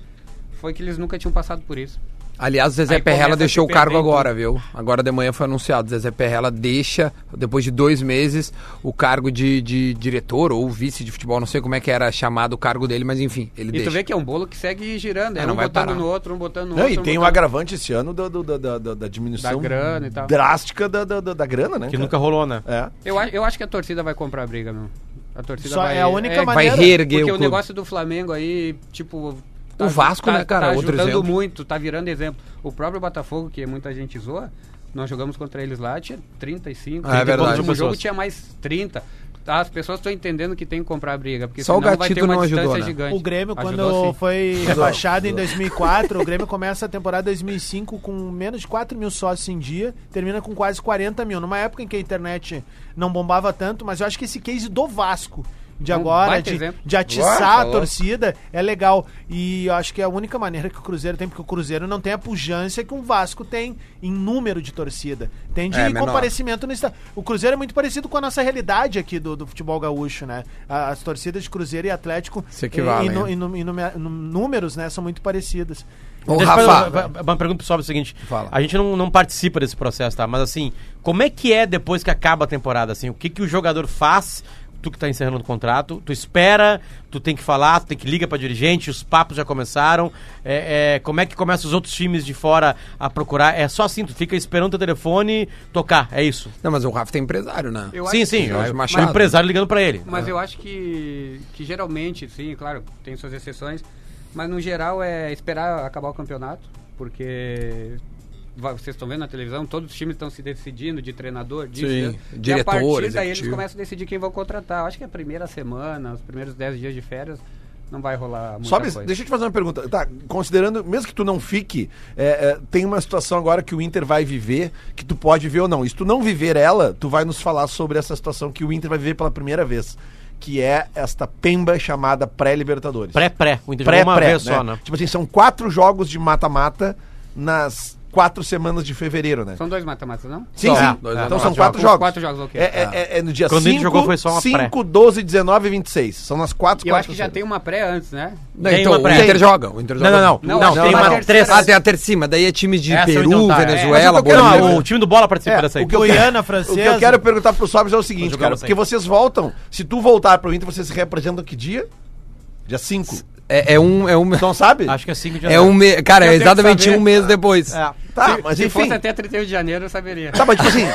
foi que eles nunca tinham passado por isso.
Aliás, o Zezé
Aí
Perrela
começa a
deixou o
se
cargo
perder
agora, viu? Agora de manhã foi anunciado. Zezé Perrela deixa, depois de dois meses, o cargo de, de diretor ou vice de futebol. Não sei como é que era chamado o cargo dele, mas enfim, ele
E
deixa.
tu vê que é um bolo que segue girando, é,
É, não
um
vai
botando
parar.
no outro, um botando no
Não,
outro.
e
um
tem um
botando-
agravante esse ano do- do- da- da, da, da diminuição
Da grana e tal.
drástica da, da, da, da grana, né?
Que
cara?
nunca rolou, né?
É.
Eu, a- eu acho que a torcida vai comprar a briga, meu. A torcida
Só
vai...
é a única
Vai
maneira-
reerguer
Porque
o
o,
clube.
negócio do Flamengo aí, tipo.
O Vasco, né, cara?
Tá
Outro
ajudando
exemplo.
muito, tá virando exemplo. O próprio Botafogo, que muita gente zoa, nós jogamos contra eles lá, tinha 35.
Ah, é
30 e
verdade.
poucos. No
Pessoas.
jogo tinha mais 30. Tá, As pessoas estão entendendo que tem que comprar a briga, porque
Só o
senão vai
Gatito
ter uma
não ajudou,
distância
né?
gigante.
O Grêmio,
Ajudou,
quando
sim.
foi rebaixado em 2004, o Grêmio começa a temporada 2005 com menos de 4 mil sócios em dia, termina com quase 40 mil. Numa época em que a internet não bombava tanto, mas eu acho que esse case do Vasco de
Um
agora,
baita
de,
exemplo.
de
Ué, tá
atiçar a
louco.
torcida, é legal. E eu acho que é a única maneira que o Cruzeiro tem, porque o Cruzeiro não tem a pujança que um Vasco tem em número de torcida. Tem de
É, menor.
comparecimento no estádio. O Cruzeiro é muito parecido com a nossa realidade aqui do, do futebol gaúcho, né? A- As torcidas de Cruzeiro e Atlético
Se equivalem,
e, nu-
né?
e nu- e nume- nu- números, né, são muito parecidas.
Ô,
Deixa eu
Rafa,
fazer uma- uma pergunta pro Sobe é o seguinte.
Fala.
A gente não, não participa desse processo, tá? Mas assim, como é que é depois que acaba a temporada, assim? O que, que o jogador faz? Tu que tá encerrando o contrato, tu espera, tu tem que falar, tu tem que ligar pra dirigente, os papos já começaram. É, é, como é que começa os outros times de fora a procurar? É só assim, tu fica esperando teu telefone tocar, é isso.
Não, mas o Rafa tem empresário, né?
Eu
sim,
acho
sim, é
que-
o-
Jorge
o
Machado.
empresário ligando pra ele.
Mas eu acho que, que geralmente, sim, claro, tem suas exceções, mas no geral é esperar acabar o campeonato, porque va- vocês estão vendo na televisão, todos os times estão se decidindo de treinador, disso,
Sim,
né? e
diretor,
a partir daí
executivo.
eles começam a decidir quem vão contratar. Eu Acho que a primeira semana, os primeiros 10 dias de férias, não vai rolar muita
Sobe,
coisa.
deixa eu te fazer uma pergunta. Tá, considerando, mesmo que tu não fique, é, é, tem uma situação agora que o Inter vai viver, que tu pode viver ou não. E se tu não viver ela, tu vai nos falar sobre essa situação que o Inter vai viver pela primeira vez, que é esta pemba chamada pré-Libertadores.
Pré-pré, o Inter jogou
pré,
uma
pré,
vez
né?
só, né?
Tipo assim, são quatro jogos de mata-mata nas quatro semanas de fevereiro, né?
São dois mata-matas, não?
Sim,
São-
sim.
é,
então
dois
são
mata-matas.
quatro
Os
jogos.
Ah, quatro jogos, ok. Ah.
É, é, é- é no dia
Quando ele
5,
jogou foi só uma pré.
5, 12, 19 e 26. São nas quatro,
E eu acho
quatro
que já tem um uma pré antes, né?
Não,
Tem
então,
uma
o
pré-
Inter joga. O Inter
Não,
joga.
não, não.
Não,
Não,
não,
tem
mas
uma
é-
três.
Ah, tem a tercima. Daí é time de
Essa,
Peru,
então, tá, é.
Venezuela,
Mas eu tô querendo-
Bolívia.
Não, o time do Bola participa
É,
dessa aí.
o que eu
Goiânia,
O
francesa.
que eu quero perguntar pro Sobs é o seguinte,
Vou jogar
cara,
você.
porque vocês voltam, se tu voltar pro Inter, vocês se representam que dia? Dia 5.
É, é um... É um...
Não sabe?
Acho que é 5 de
É um me... Cara,
Eu
é
tenho que
exatamente
saber.
um mês depois.
É.
Tá, mas
Ah, Se
enfim.
fosse até 31 de janeiro, eu saberia.
Tá, mas tipo assim,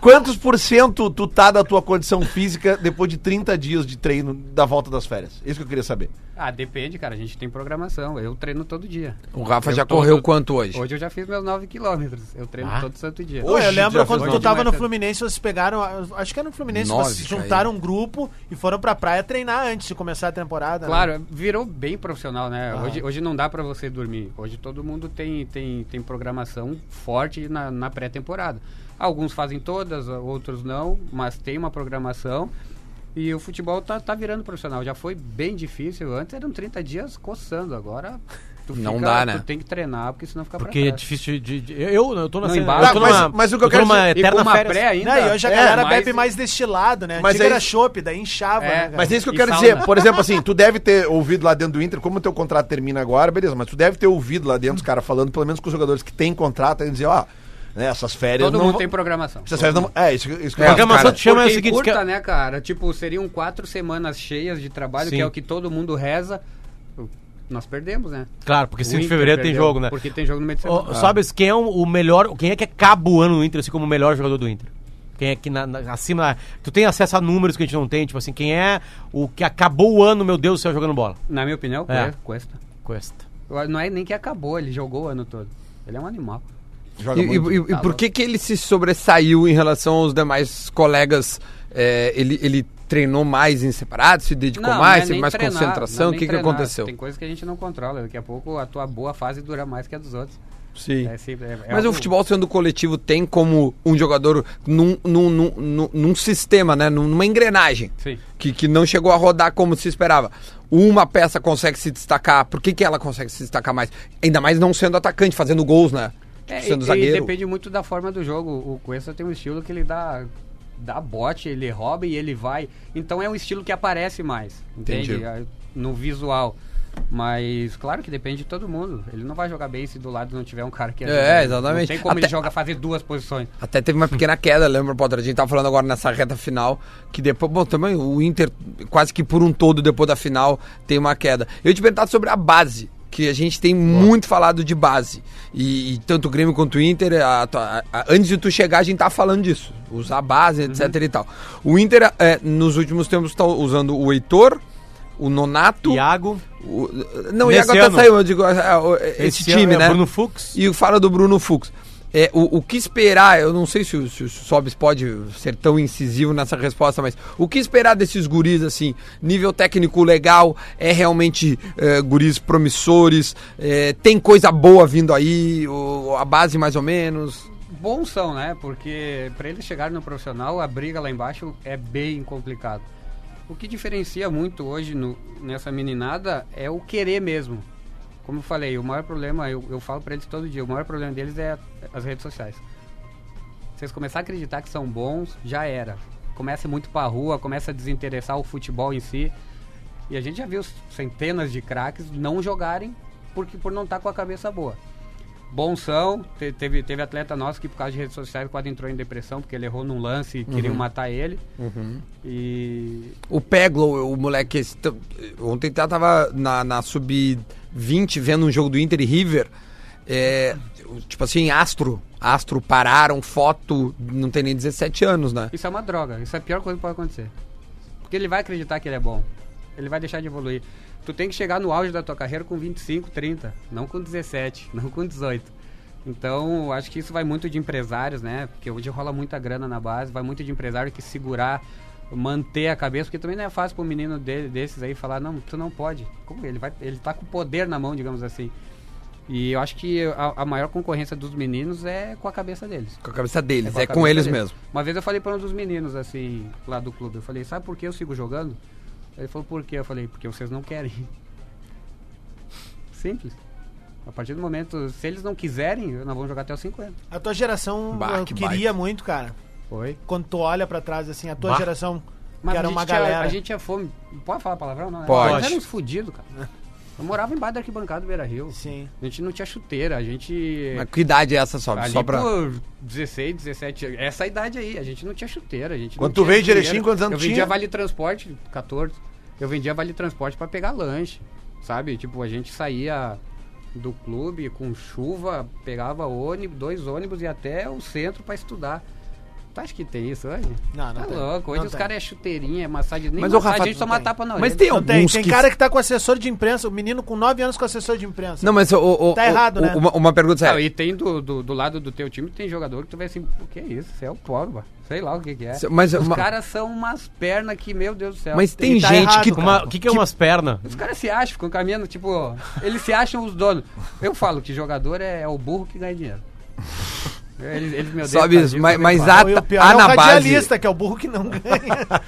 quantos por cento tu tá da tua condição física depois de 30 dias de treino da volta das férias? É Isso que eu queria saber.
Ah, depende, cara. A gente tem programação. Eu treino todo dia.
O Rafa
Eu
já
tô-
correu quanto hoje?
Hoje eu já fiz meus 9 quilômetros. Eu treino
Ah.
todo santo dia.
Hoje
eu lembro
já
quando
foi
tu
bom
tava
demais,
no
né?
Fluminense, vocês pegaram. Acho que era no Fluminense,
Nove,
vocês juntaram um grupo e foram pra praia treinar antes de começar a temporada. né?
Claro, virou bem profissional, né?
Ah.
Hoje, hoje não dá pra você dormir. Hoje todo mundo tem, tem, tem programação forte na, na pré-temporada. Alguns fazem todas, outros não, mas tem uma programação. E o futebol tá, tá virando profissional. Já foi bem difícil. Antes eram 30 dias coçando. Agora tu
Não dá, né?
Tu tem que treinar, porque senão fica
Porque
pra
é
trás.
difícil de. de- eu, eu tô na
Não
cena-
embala.
eu
Tá,
tô
mas-
numa,
mas o que eu
tô
quero
numa
dizer-
E com
eterna
uma
férias.
pré ainda.
Né? E hoje a
É,
galera
mas-
bebe mais destilado, né?
Mas é
Antiga
aí-
era chopp, daí inchava.
É,
né, cara?
Mas é isso que eu
E
quero
sauna.
dizer. Por exemplo, assim, tu deve ter ouvido lá dentro do Inter, como o teu contrato termina agora, beleza, mas tu deve ter ouvido lá dentro os caras falando, pelo menos com os jogadores que têm contrato, aí dizer, ó, né, essas férias
Todo
não
mundo
vão-
tem programação.
Essas férias não... É, isso, isso que
É,
eu
programa-
programação
cara,
te chama é o
Porque
seguinte.
curta,
que-
né, cara? Tipo, seriam quatro semanas cheias de trabalho,
Sim.
que é o que todo mundo reza. Nós perdemos, né?
Claro, porque
O
5 de
Inter
fevereiro tem
perdeu,
jogo, né?
Porque Ah. tem jogo no meio de semana.
Ó, Sabes quem é o, o melhor. Quem é que acaba o ano no Inter, assim, como o melhor jogador do Inter? Quem é que na, na- acima. Tu tem acesso a números que a gente não tem, tipo assim, quem é o que acabou o ano, meu Deus do céu, jogando bola?
Ah. Na minha opinião,
É.
Cuesta- Cuesta.
Cuesta.
Eu- Não é nem que acabou, ele jogou o ano todo. Ele é um animal.
Joga
E, e-
muito.
e- e por que, que ele se sobressaiu em relação aos demais colegas? É, ele, ele treinou mais em separado, se dedicou
não
mais,
é
teve
nem
mais
treinar,
concentração?
não é
O
nem
que, que
treinar.
aconteceu?
Tem coisas que a gente não controla. Daqui a pouco a tua boa fase dura mais que a dos outros.
Sim.
É simples, é- é
Mas o
algo-
futebol sendo coletivo tem como um jogador num, num, num, num- num sistema, né? Num- Numa engrenagem.
Sim.
Que, que não chegou a rodar como se esperava. Uma peça consegue se destacar. Por que, que ela consegue se destacar mais? Ainda mais não sendo atacante, fazendo gols, né? Tipo,
É,
sendo
e- e
zagueiro.
depende muito da forma do jogo. O Cuesta tem um estilo que ele dá, dá bote, ele rouba e ele vai. Então é um estilo que aparece mais, entende?
Entendi.
Ah, No visual. Mas claro que depende de todo mundo. Ele não vai jogar bem se do lado não tiver um cara que
É,
ajuda ele.
exatamente.
Não tem como
Até-
ele jogar fazer duas posições.
Até teve uma pequena queda, lembra, Potter? A gente tava falando agora nessa reta final, que depois, bom, também o Inter, quase que por um todo depois da final, tem uma queda. Eu ia te perguntar sobre a base, que a gente tem muito falado de base. E, e tanto o Grêmio quanto o Inter, a- a- a- antes de tu chegar, a gente tava falando disso. Usar a
Uhum.
base, etc e tal. O Inter, é, nos últimos tempos, tá usando o Heitor, o Nonato.
Iago.
o- não, o
Nesse
Iago até
ano.
saiu, eu digo, é, é, esse,
ano
time,
é
né?
Bruno Fux.
E fala do Bruno Fux. É, o, o que esperar, eu não sei se o, se o Sobis pode ser tão incisivo nessa resposta, mas o que esperar desses guris, assim, nível técnico legal, é realmente é, guris promissores, é, tem coisa boa vindo aí, o- a base mais ou menos.
Bons são, né? Porque para eles chegarem no profissional, a briga lá embaixo é bem complicado. O que diferencia muito hoje no- nessa meninada é o querer mesmo. Como eu falei, o maior problema, eu, eu falo para eles todo dia, o maior problema deles é as redes sociais. vocês começarem a acreditar que são bons, já era. Começa muito pra rua, começa a desinteressar o futebol em si. E a gente já viu centenas de craques não jogarem porque por não estar com a cabeça boa. Bons são, te- teve, teve atleta nosso que por causa de redes sociais quase entrou em depressão porque ele errou num lance e queriam matar ele. E
O Peglo, o moleque. esse tam- Ontem tá- tava na, na sub-20 vendo um jogo do Inter e River. é, tipo assim, Astro. Astro pararam, foto, não tem nem 17 anos, né?
Isso é uma droga, isso é a pior coisa que pode acontecer. Porque ele vai acreditar que ele é bom. Ele vai deixar de evoluir. Tu tem que chegar no auge da tua carreira com 25, 30, não com 17, não com 18. Então, acho que isso vai muito de empresários, né? Porque hoje rola muita grana na base, vai muito de empresário que segurar, manter a cabeça, porque também não é fácil para um menino de- desses aí falar, não, tu não pode. Como ele vai, ele tá com o poder na mão, digamos assim. E eu acho que a- a maior concorrência dos meninos é com a cabeça deles.
Com a cabeça deles, é
a
com
cabeça
eles
deles.
mesmo.
Uma vez eu falei para um dos meninos, assim, lá do clube. Eu falei, sabe por que eu sigo jogando? Ele falou, por quê? Eu falei, porque vocês não querem. Simples. A partir do momento, se eles não quiserem, nós vamos jogar até os 50.
A tua geração
Bah,
eu
que
queria muito, cara.
Foi.
Quando tu olha pra trás, assim, a tua
Bah.
geração,
Mas
que
a,
era
gente
uma
tinha,
galera.
a gente tinha fome. Pode falar palavrão, não? né?
Pode.
Nós éramos fudidos, cara. Eu morava embaixo da arquibancada do Beira Rio.
Sim.
A gente não tinha chuteira, a gente.
Mas que idade é essa, Sobe?
Ali
Só pra...
por 16, 17, essa idade aí, a gente não tinha chuteira, a gente
Quando tu
não tinha
veio em
dinheiro.
Erechim, quantos anos
Eu vendia
tinha?
Vale Transporte, 14. Eu vendia Vale Transporte pra pegar lanche, sabe? Tipo, a gente saía do clube com chuva, pegava ônibus, dois ônibus e até o centro pra estudar. Tu acha que tem isso hoje?
Não, não
tá
tem.
louco, hoje
Não
os
tem.
caras é chuteirinha, é massagem, nem
Mas, ô,
massagem,
Rafa,
a gente
não
toma
tem.
tapa na orelha.
Mas tem
Não
alguns
tem, tem
que...
cara que tá com assessor de imprensa, o menino com 9 anos com assessor de imprensa.
Não, mas o, o-
Tá
o-
errado,
o-
né?
uma, uma pergunta
Não,
séria.
e tem do, do, do lado do teu time, tem jogador que tu vai assim, o que é isso? Você é o Pogba. Sei lá o que, que é.
Se- mas
Os
uma-
caras são umas pernas que, meu Deus do céu.
Mas tem
e tá
gente
errado,
que...
cara.
Uma- O que, que é umas pernas?
Os caras se acham, ficam caminhando, tipo, eles se acham os donos. Eu falo que jogador é, é o burro que ganha dinheiro. Eles, eles me odeiam.
Sobe,
por causa disso,
mas-
eu
mas
falo.
a-
E o pior
Ah,
é o
na base.
radialista, que é o burro que não ganha.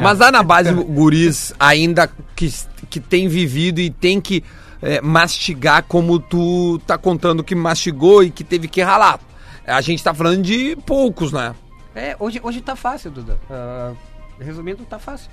Mas há na base guris ainda que, que tem vivido e tem que é, mastigar como tu tá contando que mastigou e que teve que ralar. A gente tá falando de poucos, né?
É, hoje, hoje tá fácil, Duda. Ah, resumindo, tá fácil.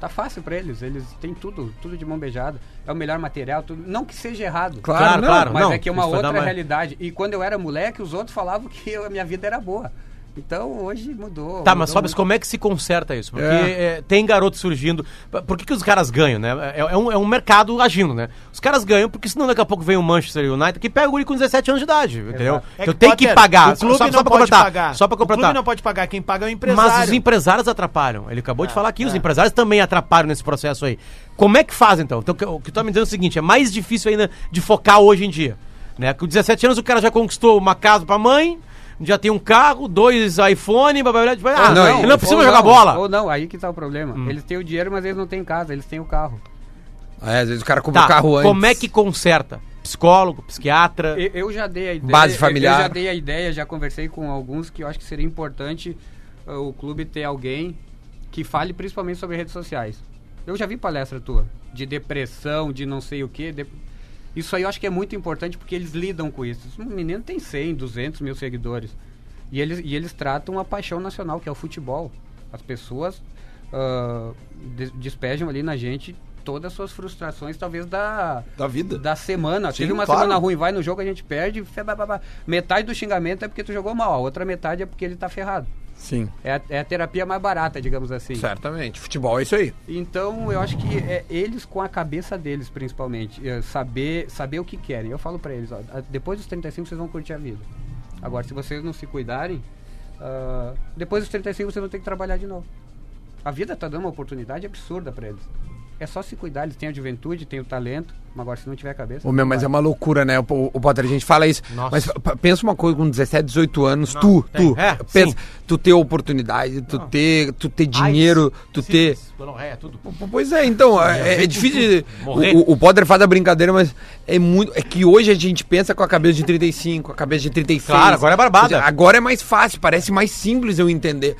Tá fácil pra eles. Eles têm tudo, tudo de mão beijada. É o melhor material, tudo. Não que seja errado.
Claro, não,
Mas
não,
é que é uma
isso vai dar
outra
mais-
realidade. E quando eu era moleque, os outros falavam que eu- a minha vida era boa. Então hoje mudou.
Tá,
mudou
mas
um-
Sobes,
muito.
como é que se conserta isso? Porque
É.
eh, tem garoto surgindo. P- Por que, que os caras ganham, né? É, é um, é um mercado agindo, né? Os caras ganham porque senão daqui a pouco vem o Manchester United que pega o guri com 17 anos de idade, entendeu?
É
então tem que
Potter,
pagar.
O clube
só, só
não
pra
pode
completar.
pagar.
Só pra
O clube
completar.
não pode pagar. Quem paga é o empresário.
Mas os empresários atrapalham. Ele acabou de falar aqui, os
é.
empresários também atrapalham nesse processo aí. Como é que faz, então? Então, o que- o que tu tá me dizendo é o seguinte, é mais difícil ainda de focar hoje em dia. Né? Com 17 anos o cara já conquistou uma casa pra mãe, já tem um carro, dois iPhone, blá, blá, blá, blá. Ah,
não,
ele
ou
não precisa
ou
jogar
não,
bola.
Ou não, aí que tá o problema. Eles têm o dinheiro, mas eles não têm casa, eles têm o carro.
É, às vezes o cara compra
Tá,
o carro antes.
como é que conserta? Psicólogo, psiquiatra.
Eu, eu já dei a ideia.
Base
eu-
familiar.
Eu já dei a ideia, já conversei com alguns que eu acho que seria importante eh, o clube ter alguém que fale principalmente sobre redes sociais. Eu já vi palestra tua de depressão, de não sei o quê. de- Isso aí eu acho que é muito importante porque eles lidam com isso. Um menino tem 100, 200 mil seguidores. E eles, e eles tratam a paixão nacional, que é o futebol. As pessoas ah, de- uh, despejam ali na gente todas as suas frustrações, talvez da,
Da vida.
da semana.
Sim,
Teve uma
claro.
semana ruim, vai no jogo, a gente perde. fé, bá, bá, bá. Metade do xingamento é porque tu jogou mal, a outra metade é porque ele tá ferrado.
Sim.
É a, é a terapia mais barata, digamos assim.
Certamente. Futebol é isso aí.
Então, eu acho que é eles com a cabeça deles, principalmente, é, saber, saber o que querem. Eu falo pra eles, ó, a- depois dos 35 vocês vão curtir a vida. Agora, se vocês não se cuidarem, ah, depois dos 35 vocês vão ter que trabalhar de novo. A vida tá dando uma oportunidade absurda pra eles. É só se cuidar, eles têm a juventude, têm o talento, mas agora se não tiver cabeça.
Ô, meu, mas é uma loucura, né? O, o, o Potter, a gente fala isso.
Nossa.
Mas p- pensa uma coisa, com 17, 18 anos, tu,
tem.
tu,
É,
pensa,
sim.
tu ter oportunidade, tu ter, tu ter dinheiro, tu ter.
É, tudo.
P- Pois é, então, é, é difícil. de-
Morrer.
O, o Potter faz a brincadeira, mas é muito. É que hoje a gente pensa com a cabeça de 35, a cabeça de 36.
Claro, agora é barbada.
Agora é mais fácil, parece mais simples eu entender.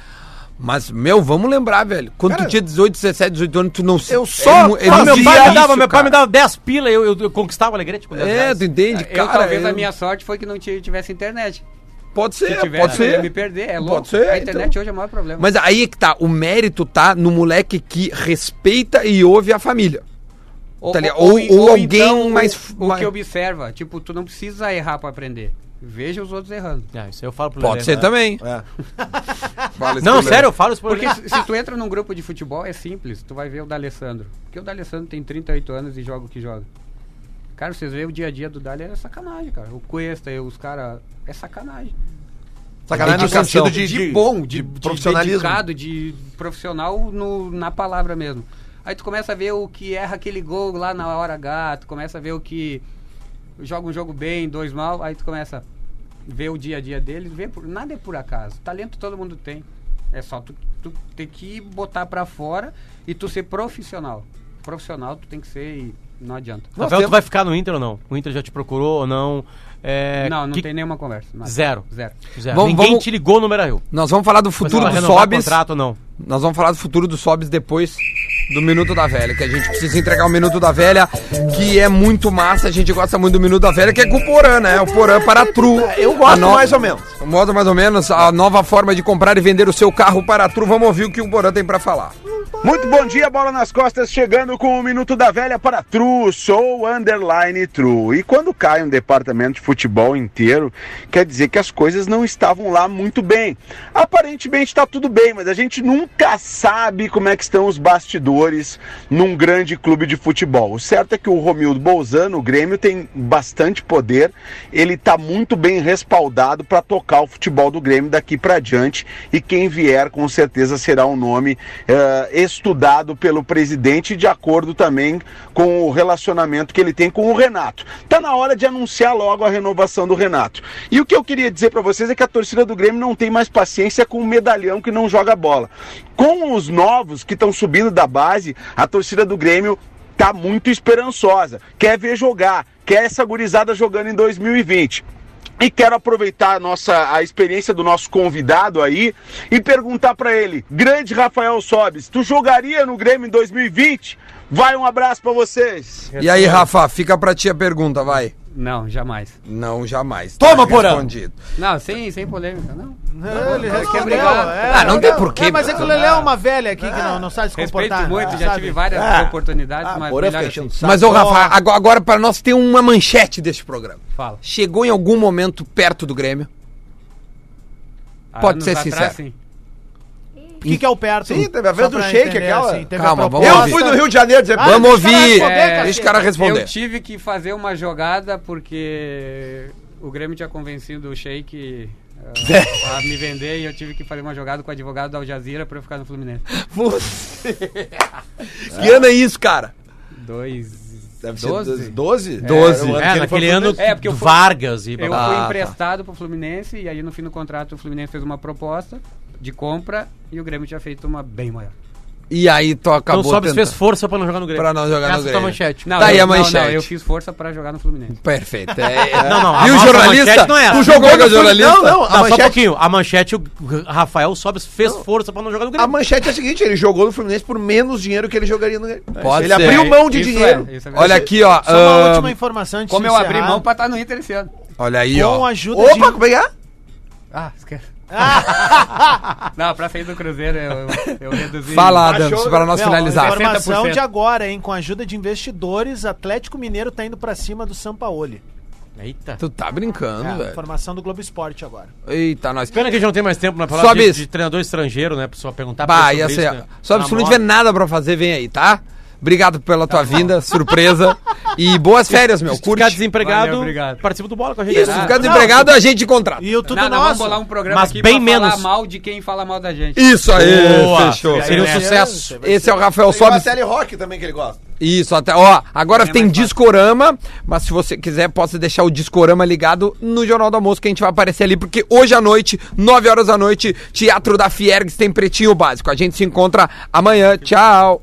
Mas, meu, vamos lembrar, velho. Quando tu tinha 18, 17, 18 anos, tu não é
eu só
Ah, meu pai me
isso,
dava, meu
cara.
pai me dava 10 pila, eu, eu, eu conquistava o alegrete com 10
É,
reais.
tu entende?
Eu,
cara,
talvez
eu- É,
a minha sorte foi que não ti- tivesse internet.
Pode ser,
Se tivesse,
pode
eu
ser.
ia me perder, é louco.
Pode ser,
a internet
então.
hoje é o maior problema.
Mas aí é que tá, o mérito tá no moleque que respeita e ouve a família. Tá ligado? Ou- ou alguém mais-
então, O, o
mais-
que observa, tipo, tu não precisa errar pra aprender. Veja os outros errando.
Ah, isso eu falo pro
Pode
Lelê,
ser
né?
também.
É.
Fala isso
Não,
pro Lelê.
sério, eu falo isso né? pro
Porque
Lelê.
se, se tu entra num grupo de futebol, é simples. Tu vai ver o D'Alessandro. Porque o D'Alessandro tem 38 anos e joga o que joga. Cara, vocês veem o dia a dia do Dali é sacanagem, cara. O Cuesta e os caras... É sacanagem.
Sacanagem é no
Dedicação.
sentido de, de
bom, de, de
profissionalismo.
dedicado, de profissional no- na palavra mesmo. Aí tu começa a ver o que erra aquele gol lá na hora H, tu começa a ver o que joga um jogo bem, dois mal, aí tu começa a ver o dia a dia deles, ver por, nada é por acaso. Talento todo mundo tem. É só tu, tu ter que botar pra fora e tu ser profissional. Profissional tu tem que ser e não adianta.
Tá
Nós
Rafael, tu
temos-
vai ficar no Inter ou não? O Inter já te procurou ou não? É,
não, não
que-
tem nenhuma conversa. nada.
Zero.
Zero.
Zero.
Vamos-
Ninguém
vamos-
te ligou no Beira-Rio.
Nós vamos falar do futuro
Vai
dos
renovar
Sobs.
contrato ou não?
Nós vamos falar do futuro dos Sobs depois do Minuto da Velha, que a gente precisa entregar o Minuto da Velha, que é muito massa, a gente gosta muito do Minuto da Velha, que é com o Porã, né? O Porã para a Tru.
Eu gosto mais ou menos.
Mostra mais ou menos a nova forma de comprar e vender o seu carro para a Tru. Vamos ouvir o que o Porã tem pra falar.
Muito bom dia, bola nas costas, chegando com o Minuto da Velha para True, sou underline True. E quando cai um departamento de futebol inteiro, quer dizer que as coisas não estavam lá muito bem. Aparentemente está tudo bem, mas a gente nunca sabe como é que estão os bastidores num grande clube de futebol. O certo é que o Romildo Bolzano, o Grêmio, tem bastante poder, ele está muito bem respaldado para tocar o futebol do Grêmio daqui para adiante e quem vier com certeza será um nome eh, estudado pelo presidente de acordo também com o relacionamento que ele tem com o Renato. Tá na hora de anunciar logo a renovação do Renato. E o que eu queria dizer para vocês é que a torcida do Grêmio não tem mais paciência com o medalhão que não joga bola. Com os novos que estão subindo da base, a torcida do Grêmio tá muito esperançosa, quer ver jogar, quer essa gurizada jogando em 2020. E quero aproveitar a nossa a experiência do nosso convidado aí e perguntar pra ele, grande Rafael Sobes, tu jogaria no Grêmio em 2020? Vai um abraço pra vocês.
E aí, Rafa, fica pra ti a pergunta, vai.
Não, jamais.
Não, jamais. Tá
Toma, Porã!
respondido.
Não, sem, sem polêmica, não.
Não, ele respondeu.
brigar.
é.
Ah, não tem porquê,
É, mas é que o
Bolsonaro.
Lelé é uma velha aqui que não, não sabe se
Respeito
comportar.
muito,
né?
não
já
sabe.
tive várias
Ah,
oportunidades,
Ah,
mas
é
Porã
melhor
fechando o
assim.
saco.
Mas, ô, Rafa, ago- agora para nós tem uma manchete deste programa.
Fala.
Chegou em algum momento perto do Grêmio?
Há
Pode
anos
ser sincero.
sim.
O que, que é o perto?
Sim, teve a vez
Só
do
pra
shake
entender,
aquela.
teve
Calma,
a
vamos
proposta.
Eu
ouvir.
fui no Rio de Janeiro dizer,
Ah,
Vamos
deixa o cara
ouvir.
responder, cacete.
Deixa o cara responder.
É, Eu tive que fazer uma jogada porque o Grêmio tinha convencido o Sheik ah, a me vender e eu tive que fazer uma jogada com o advogado da Al Jazeera pra eu ficar no Fluminense.
Você. Que ano é isso, cara?
Dois.
Deve
Doze?
ser 12?
Doze.
É, o ano
É,
que ele foi
naquele
pro
ano
Fluminense.
É, porque eu fui-
Vargas e
Eu
babá.
Ah,
fui
tá.
emprestado pro Fluminense e aí no fim do contrato o Fluminense fez uma proposta de compra e o Grêmio tinha feito uma bem maior.
E aí tu
Então
acabou
o Sobs
tentando.
fez força pra não jogar no Grêmio.
Pra não jogar no
Essa é a tua
Grêmio.
manchete.
Tá aí
eu,
a manchete.
eu fiz força pra jogar no Fluminense.
Perfeito. É, é.
Não, não, a
E o
nossa
jornalista?
manchete não era.
Tu jogou com o jornalista? Ah,
Não, não,
Não,
a
só um
manchete...
pouquinho. A manchete, o Rafael Sobes fez força pra não
Ah,
jogar no
A
Grêmio.
manchete é a seguinte, ele jogou no Fluminense por menos dinheiro que ele jogaria no Grêmio.
Pode
ele
ser.
abriu mão de
Isso
dinheiro.
é, isso é
Olha
verdade.
aqui, ó.
Só uma
ahn,
última informação antes
Como
de
eu abri tá
encerrar.
mão pra estar no Inter esse ano.
Olha aí,
Com
ó.
a ajuda
Opa,
é de...
como é que é?
Ah, esquece.
Ah.
Não, pra sair do Cruzeiro eu, eu reduzi.
Fala, Adams, para nós
Não, é
finalizar.
Informação
60%.
de agora, hein? Com a ajuda de investidores, Atlético Mineiro tá indo pra cima do Sampaoli.
Eita.
Tu tá brincando,
É,
velho.
informação do Globo Esporte agora.
Eita, nós.
Pena que a gente não tem mais tempo na palavra
Sobe
de,
isso.
de treinador estrangeiro, né? Pra só perguntar
Bah,
pra ele
ia
sobre
ser.
isso, né?
Só se tu não
Na
tiver
moda.
nada pra fazer, vem aí, tá? Obrigado pela tua vinda, surpresa. E boas férias, meu.
Se tu ficar
Curte.
desempregado,
Valeu, obrigado.
participa do bola com a gente.
Isso,
né?
ficar desempregado, a gente contrata.
E o Tudo
Não, não, vamos
Nosso.
bolar um programa
Mas
aqui
bem
pra
menos.
falar mal de quem fala mal da gente.
Isso aí,
Boa.
fechou.
Seria um
Vai ser-
sucesso.
Esse é o Rafael
Tem uma
Sobes.
série rock também que ele gosta.
Isso, até, ó, agora
É
tem
mais fácil.
discorama, mas se você quiser, posso deixar o discorama ligado no Jornal do Almoço, que a gente vai aparecer ali, porque hoje à noite, 9 horas da noite, Teatro da Fiergs tem Pretinho Básico. A gente se encontra amanhã, tchau!